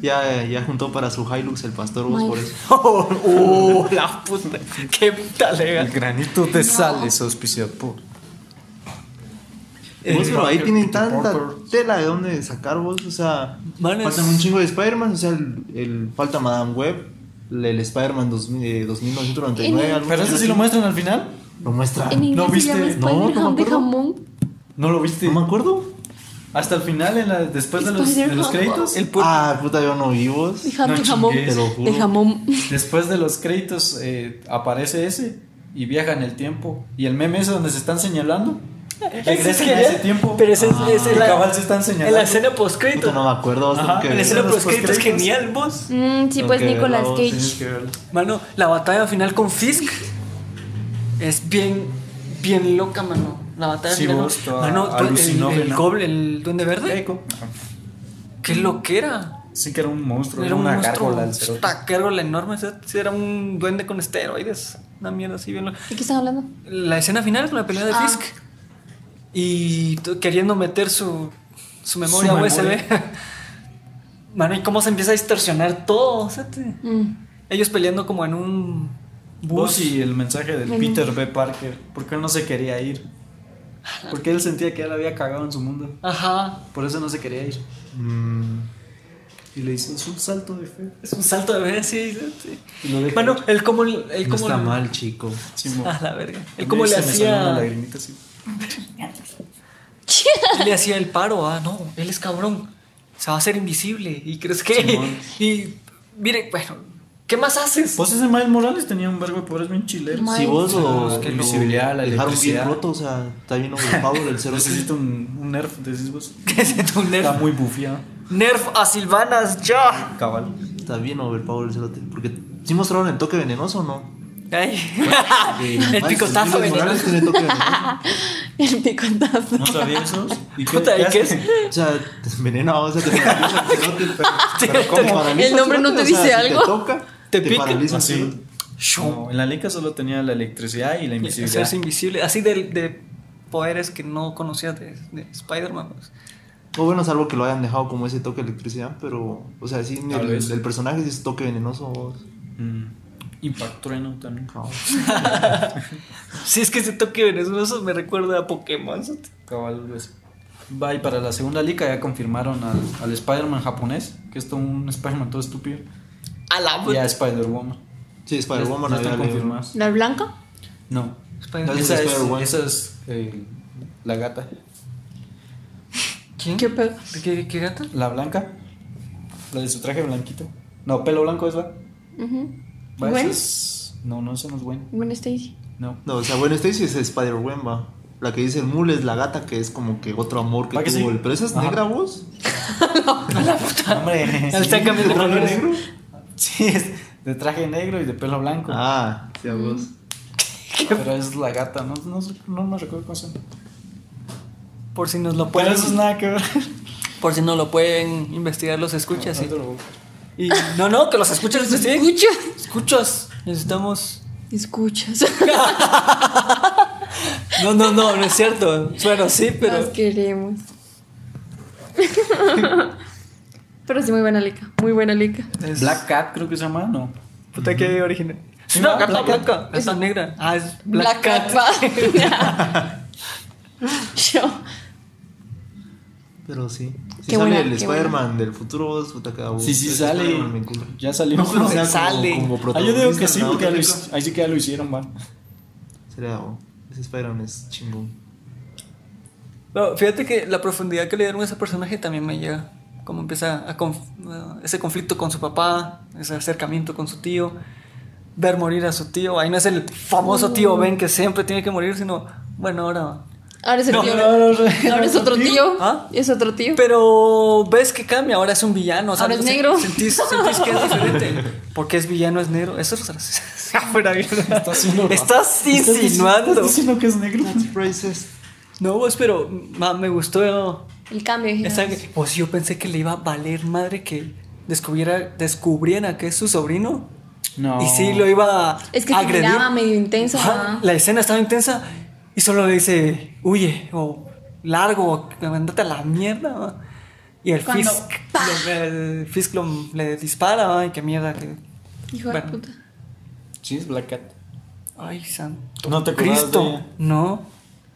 Ya, ya juntó para su Hilux el pastor vos
Ay.
por eso.
¡Oh, la puta! ¡Qué puta
El
lega!
granito de sales auspiciado por.
Vos, pero ahí
Eh, Parker,
tienen
Peter
tanta
Parker.
tela de dónde sacar vos, o sea,
Manes.
faltan un chingo de Spider-Man, o sea, el, el- falta Madame Web, el, el Spider-man 2000, eh, 2999.
En-
algo
Pero
así.
eso sí lo muestran al final.
Lo muestra.
En inglés
¿No
se llama
viste?
No, no
Spider-Ham
me
de
acuerdo.
jamón.
No lo viste.
No me acuerdo.
Hasta el final, en la- después de los, de los
Spider-Man.
créditos.
El puto.
Ah, puta, yo no vi vos.
de jam-
No
de jamón.
chingues,
te lo juro.
De jamón.
Después de los créditos eh, aparece ese y viaja en el tiempo. Y el meme ese donde se están señalando. Regresan a ese tiempo.
Pero ese es,
Ah.
ese es
Y
la,
cabal se están
en
señalando.
la escena postcrito.
Puta, no me acuerdo. vos,
Ajá,
tengo que
En la
ver.
escena
Los
postcrito es
postcréditos.
genial, vos.
Mm, sí,
Tengo
pues
que verlo,
Nicolas
vos
Cage.
Tienes que verlo.
Mano, la batalla final con Fisk es bien, bien loca, mano. La batalla
Sí,
final.
vos, toda
mano, tú- el,
alucinógena.
el goble- el duende verde.
Eco.
Qué loquera.
Sí que era un monstruo,
Era un
una
monstruo.
gárgola el cerote.
Esta gárgola enorme. ese- ese Era un duende con esteroides. Una mierda así bien loca.
¿De qué están hablando?
La escena final con la pelea de
Ah.
Fisk. Y t- queriendo meter su, su memoria
memoria.
USB. Mano, ¿y cómo se empieza a distorsionar todo? O sea, te-
Mm.
Ellos peleando como en un
Vos
bus.
y el mensaje del
Ven.
Peter B. Parker. Porque él no se quería ir. Porque él sentía que él había cagado en su mundo.
Ajá.
Por eso no se quería ir.
Mm,
Y le hizo un salto de fe.
Es un salto de ver, sí. sí, sí.
Y lo deja
Bueno, él como. Él
no
como
está mal, chico.
Simón.
Ah, la verga.
A mí
Él como le
se me salió una
hacía. Él
lagrimita así.
le hacía el paro. Ah, no, él es cabrón. Se va a hacer invisible. ¿Y crees que.?
Simón.
Y. Mire, bueno, ¿qué más haces?
Pues ese Miles Morales tenía un vergo de poderes bien chileros.
Ma-
Si vos
Ah,
o
es que invisibilidad, la
dejaron bien
electricidad.
roto, o sea, está bien overpower el cero.
Necesito un, un nerf, decís vos.
¿Qué es tu
Está
nerf?
muy bufiado.
Nerf a Silvanas, ya.
Cabal.
Está bien overpower el cero. Porque si mostraron el toque venenoso o no.
Ay.
De-
el picotazo
Miles Morales
venenoso.
tiene toque venenoso.
El picotazo.
¿No sabía eso? ¿Y
Puta, ¿y qué
hace?
es?
O sea, te envenena, o sea, te paraliza el cerote, pero, pero ¿cómo
El
paraliza
nombre no
cerote?
te
O sea,
dice
si
algo.
Te toca,
Te
te,
pica.
paraliza el
Así.
cerote.
Ah, No, en la Leica solo tenía la electricidad y la invisibilidad.
Hacerse invisible. Así de, de poderes que no conocías de, de Spider-Man. pues.
O bueno, salvo que lo hayan dejado como ese toque de electricidad, pero, o sea, sí,
Tal
el,
vez.
el personaje sí es toque venenoso. vos.
Mm. Impact trueno también.
Cabrón.
Sí, es que ese toque venenoso me recuerda a Pokémon.
Cabal, pues. Va, y para la segunda liga ya confirmaron al, al Spider-Man japonés, que es todo un Spider-Man todo estúpido,
A la
y a
puta.
Spider-Woman.
Sí, Spider-Woman
Ya- ya
había
están
leído.
confirmadas.
¿La blanca?
No,
Spider-Man.
Entonces,
esa es,
Spider-Woman.
esa es eh, la gata.
¿Quién?
¿Qué pedo?
¿Qué, qué gata?
La blanca, la de su traje blanquito. No, pelo blanco es la.
Ujú.
Va, esa
Gwen.
es- No, no, esa no es buena.
Gwen Stacy.
No.
No, o sea, bueno, Stacy es Spider-Woman, va. La que dice el mule es la gata, que es como que otro amor que
¿Va
tuvo
que sí?
él. Pero esa es
Ajá.
negra voz.
Hombre,
Él está cambiando
de traje
colores.
negro. Sí, es de traje negro y de pelo blanco.
Ah, sí, a vos.
Pero es la gata, no, no, sé- no me recuerdo cómo se llama.
Por si nos lo
Pero
pueden.
eso es nada que ver.
Por si no lo pueden investigar, los escuchas.
Ahorita lo busco.
y, y- no, no, que los escuchas. los investiguen.
Escucha.
Escuchas. Necesitamos.
Escuchas.
No, no, no, no es cierto. Bueno, sí,
Nos
pero.
queremos. Pero sí, muy buena lica. Muy buena lica.
es-
Black Cat creo que se llama, no.
Puta, qué original. Es
Sí,
una
no,
gata
Black Cat.
blanca. Esa negra. Ah, es Black,
Black
Cat.
Cat. va. Yo.
Pero sí. Si
Qué
sale
buena,
el
qué buena.
Spider-Man del futuro, vos, puta, cada voz.
Sí, sí
Ese
sale.
Spider-Man Pues me encula.
Ya salió.
O sea,
sale.
Como, como
Ah, yo digo que sí,
protagonista,
porque
¿no?
ya lo hic- ahí sí que ya lo hicieron, va.
Sería, oh, ese Spider-Man es chingón.
No, fíjate que la profundidad que le dieron a ese personaje también me llega. Como empieza a conf- uh, ese conflicto con su papá, ese acercamiento con su tío, ver morir a su tío. Ahí no es el famoso tío
Mm.
Ben que siempre tiene que morir, sino, bueno, ahora.
Ahora es el
No,
tío.
no, no, no,
Ahora es otro tío.
¿Ah?
Es otro tío.
Pero ves que cambia, ahora es un villano. o sea,
Ahora es
se-
negro.
Sentís, sentís que es diferente. Porque es villano, es negro. Eso es afuera Estás, estás insinuando.
diciendo que es negro.
Prices.
No, vos, pero ma, me gustó.
El cambio. de
Esa-
generación.
pues yo pensé que le iba a valer madre que descubriera, descubrieran que es su sobrino.
No.
Y sí, lo iba a
Es que se
agredir.
miraba medio intenso.
Ajá,
ajá.
La escena estaba intensa y solo le dice, huye, o largo, o andate a la mierda. ¿va? Y el
Cuando-
Fisk, lo- el Fisk lo- le dispara, ay, qué mierda. Que...
Hijo
Bueno.
de puta.
Sí, es Black Cat.
Ay, santo.
No te acordabas
Cristo.
de ella.
No,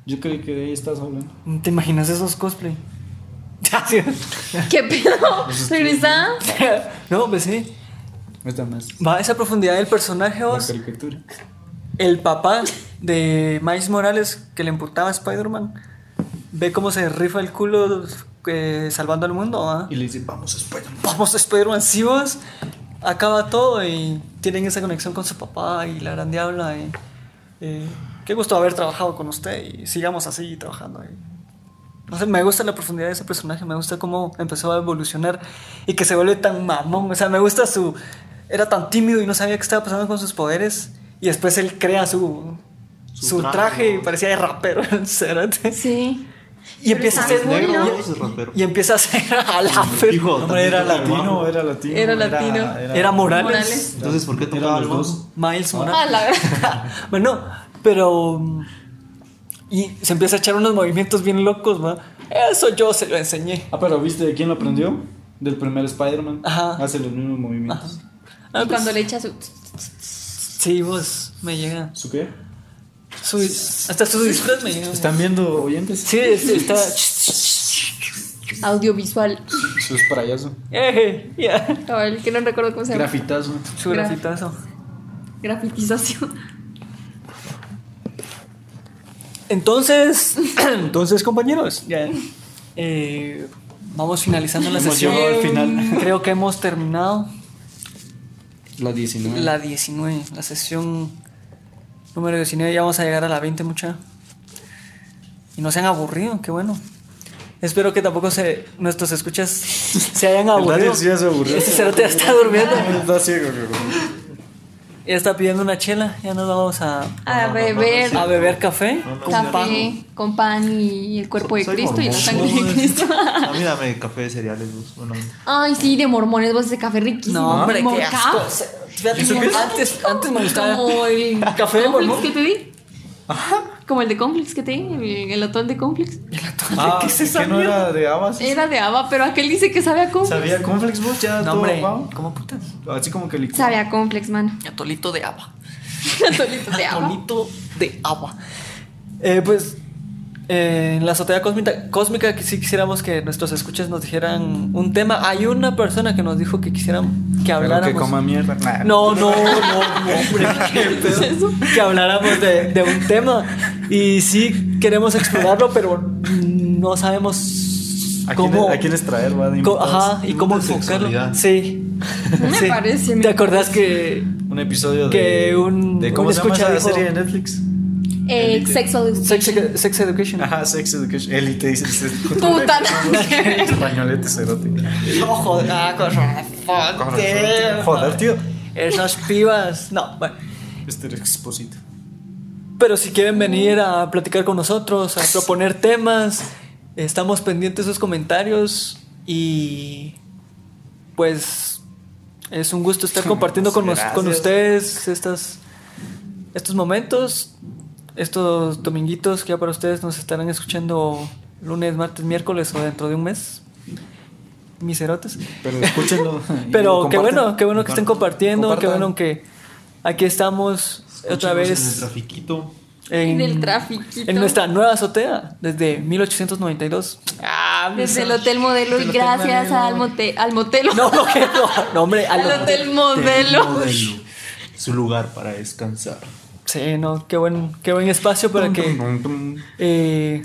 Yo creí que de ahí estás hablando.
¿no te imaginas esos cosplay.
¿Qué pedo? ¿Regresa?
no, pues sí.
Esta más.
Va a esa profundidad del personaje,
La
vos.
caricatura.
El papá de Miles Morales, que le emputaba a Spider-Man, ve cómo se rifa el culo eh, salvando al mundo, ¿ah?
Y le dice, vamos a Spider-Man.
Vamos, Spider-Man, sí, vos. Acaba todo y tienen esa conexión con su papá y la gran diabla. Y, eh, qué gusto haber trabajado con usted y sigamos así trabajando. y- no sé, me gusta la profundidad de ese personaje, me gusta cómo empezó a evolucionar y que se vuelve tan mamón. O sea, me gusta su. Era tan tímido y no sabía qué estaba pasando con sus poderes y después él crea su. Su,
Su
traje,
traje,
y
¿no?
parecía de rapero, cerote.
Sí.
Y empieza a
Pero
ser
Es muy
Negro,
loco.
¿no? Ese rapero.
Y empieza a ser a la fer-
Hijo,
No, hombre, era
también tocaba el
latino,
bajo.
era latino.
Era latino.
Era Morales.
Morales.
Entonces, ¿por qué
Eran
tocaba
los
el
dos.
bajo?
Miles Morales.
Ah, la verdad.
bueno, pero. mm, Y se empieza a echar unos movimientos bien locos, ¿va? Eso yo se lo enseñé.
Ah, pero ¿viste de quién lo aprendió? Del primer Spider-Man.
Ajá.
Hace los mismos movimientos.
Ah,
Y
pues,
cuando le echa su.
Sí, vos, me llega.
¿Su qué?
Su- hasta su disfraz me llega.
¿Están viendo oyentes?
Sí, es- está.
Audiovisual.
Su sprayazo.
Eh, ya.
Cabal, que no recuerdo cómo se llama.
Grafitazo.
Su
Gra-
grafitazo.
Grafitización.
Entonces, entonces compañeros, ya eh, vamos finalizando la
Hemos
sesión.
llegado al final.
Creo que hemos terminado
La Ah, 19.
la 19, la sesión número 19. Ya vamos a llegar a la 20, mucha. Y no se han aburrido, qué bueno. Espero que tampoco se, nuestros escuchas se hayan aburrido.
Daniel sí ya se aburrió.
Este cerote ya está durmiendo.
Está ciego, creo.
Ya está pidiendo una chela. Ya nos vamos a,
A
no,
beber.
a beber café
No, no, sí,
con
no.
pan.
Café con pan y el cuerpo de
Soy
Cristo y la
mormón.
sangre de Cristo.
A mí dame café de cereales, vos. Bueno,
Ay, sí, de mormones, vos ese café riquísimo.
Ah.
No, hombre, qué
Morca.
asco. Fíjate que antes, antes me gustaba.
Como el
Café de
Conflix
mormón.
que te di. Como el de Conflix que te di, el, el atol de Conflix.
Ah,
¿Qué es esa
¿que no
mierda?
era de habas?
Era de Ava, pero aquel dice que sabe a Conflix.
¿Sabía Conflex vos? Ya
No,
todo
hombre,
guau.
¿cómo putas?
Así como que licuado.
Sabe a Conflex, mano.
Atolito de agua.
Atolito de Ava.
Atolito de agua. Eh, pues, eh, en la azotea cósmica, cósmica que sí quisiéramos que nuestros escuchas nos dijeran un tema. Hay una persona que nos dijo que quisieran que
Pero
habláramos.
que coma mierda. Nah.
No, no, no, no, hombre, qué pedo. que habláramos de, de un tema. Y sí queremos explorarlo, pero no sabemos
¿A,
cómo.
quién, ¿A quiénes traer, va? de
co-
invitados?
ajá, y cómo enfocarlo.
sexualidad.
Sí.
Me
Sí.
parece,
¿Te
me
acordás que
Un episodio
Que
de.
un-
de ¿Cómo
un
se llama
escucha
esa
dijo-
serie de Netflix?
Eh, sexual
Sex, Edu- Sex Education?
Ajá, Sex Education. Elite dice. dice-
Puta, no.
Españolete cerote.
No, joder, ah, con razón.
Joder, tío.
Esas pibas. No, bueno.
Este era exposito.
Pero si quieren venir a platicar con nosotros, a proponer temas, estamos pendientes de sus comentarios y pues es un gusto estar compartiendo con, nos- con
Gracias.
ustedes estas, estos momentos, estos dominguitos que ya para ustedes nos estarán escuchando lunes, martes, miércoles o dentro de un mes. Miserotes.
Pero escúchenlo. y
Pero
lo
qué
comparten.
bueno, qué bueno que estén compartiendo, qué
Compartan.
bueno que aquí estamos otra
En el
vez
trafiquito.
En el trafiquito.
en nuestra nueva azotea desde 1892. Ah,
Desde el Hotel Modelo y gracias al, mote- al motelo.
No, no, que no, no, hombre, al
al Hotel Modelo.
Modelo. Su lugar para descansar.
Sí, no, qué buen, qué buen espacio para que eh,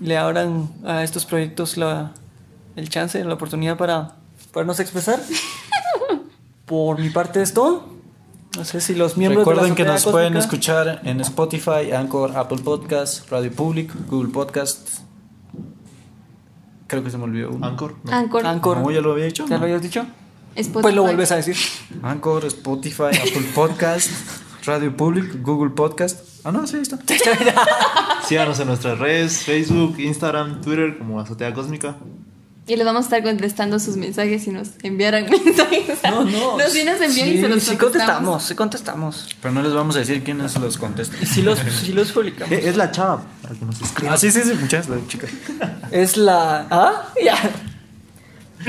le abran a estos proyectos la, el chance, la oportunidad para podernos expresar. Por mi parte es todo. No sé si los miembros de la
Recuerden que
Azotea
nos pueden
Cósmica-
escuchar en Spotify, Anchor, Apple Podcast, Radio Public, Google Podcast. Creo que se me olvidó uno.
Anchor. No.
Anchor.
Anchor.
No, ya lo había dicho.
¿Ya
¿no?
lo habías dicho?
Spotify.
Pues lo vuelves a decir.
Anchor, Spotify, Apple Podcast, Radio Public, Google Podcast. Ah, no, sí, ahí está.
Síganos en nuestras redes, Facebook, Instagram, Twitter, como Azotea Cósmica.
Y les vamos a estar contestando sus mensajes si nos enviaran mensajes.
No, no.
Nos sí nos envían y se los
Sí,
contestamos.
contestamos, sí contestamos.
Pero no les vamos a decir quiénes los contestan.
Y sí los, sí los publicamos.
Eh, es la chava, para que nos escriba.
Ah, sí, sí, sí, muchas gracias, chicas.
Es la. ¿Ah? Ya.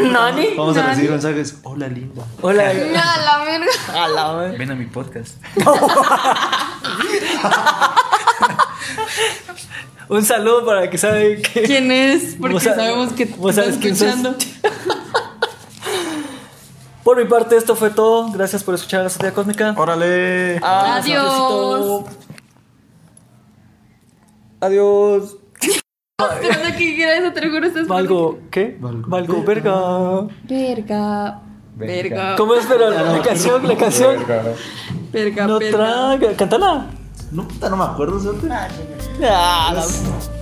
Nani.
Vamos a
Nani.
recibir mensajes. Hola, linda.
Hola.
No, la verga.
A la vez.
Ven a mi podcast.
Un saludo para que sabe que.
¿Quién es? Porque
Vos sa-
sabemos que
vos
te
sabes
está
quién sos.
escuchando.
Por mi parte, esto fue todo. Gracias por escuchar la Sociedad Cósmica.
Órale.
Adiós.
adiósito. Adiós.
Esperando que quiera eso, te lo juro, estás
Valgo, ¿qué?
Valgo
Valgo, verga.
Verga.
Verga.
¿Cómo es, pero la, la canción, la canción?
Verga,
No
verga.
traga. Cántala.
No, puta, no me acuerdo, suerte.
Ah, la-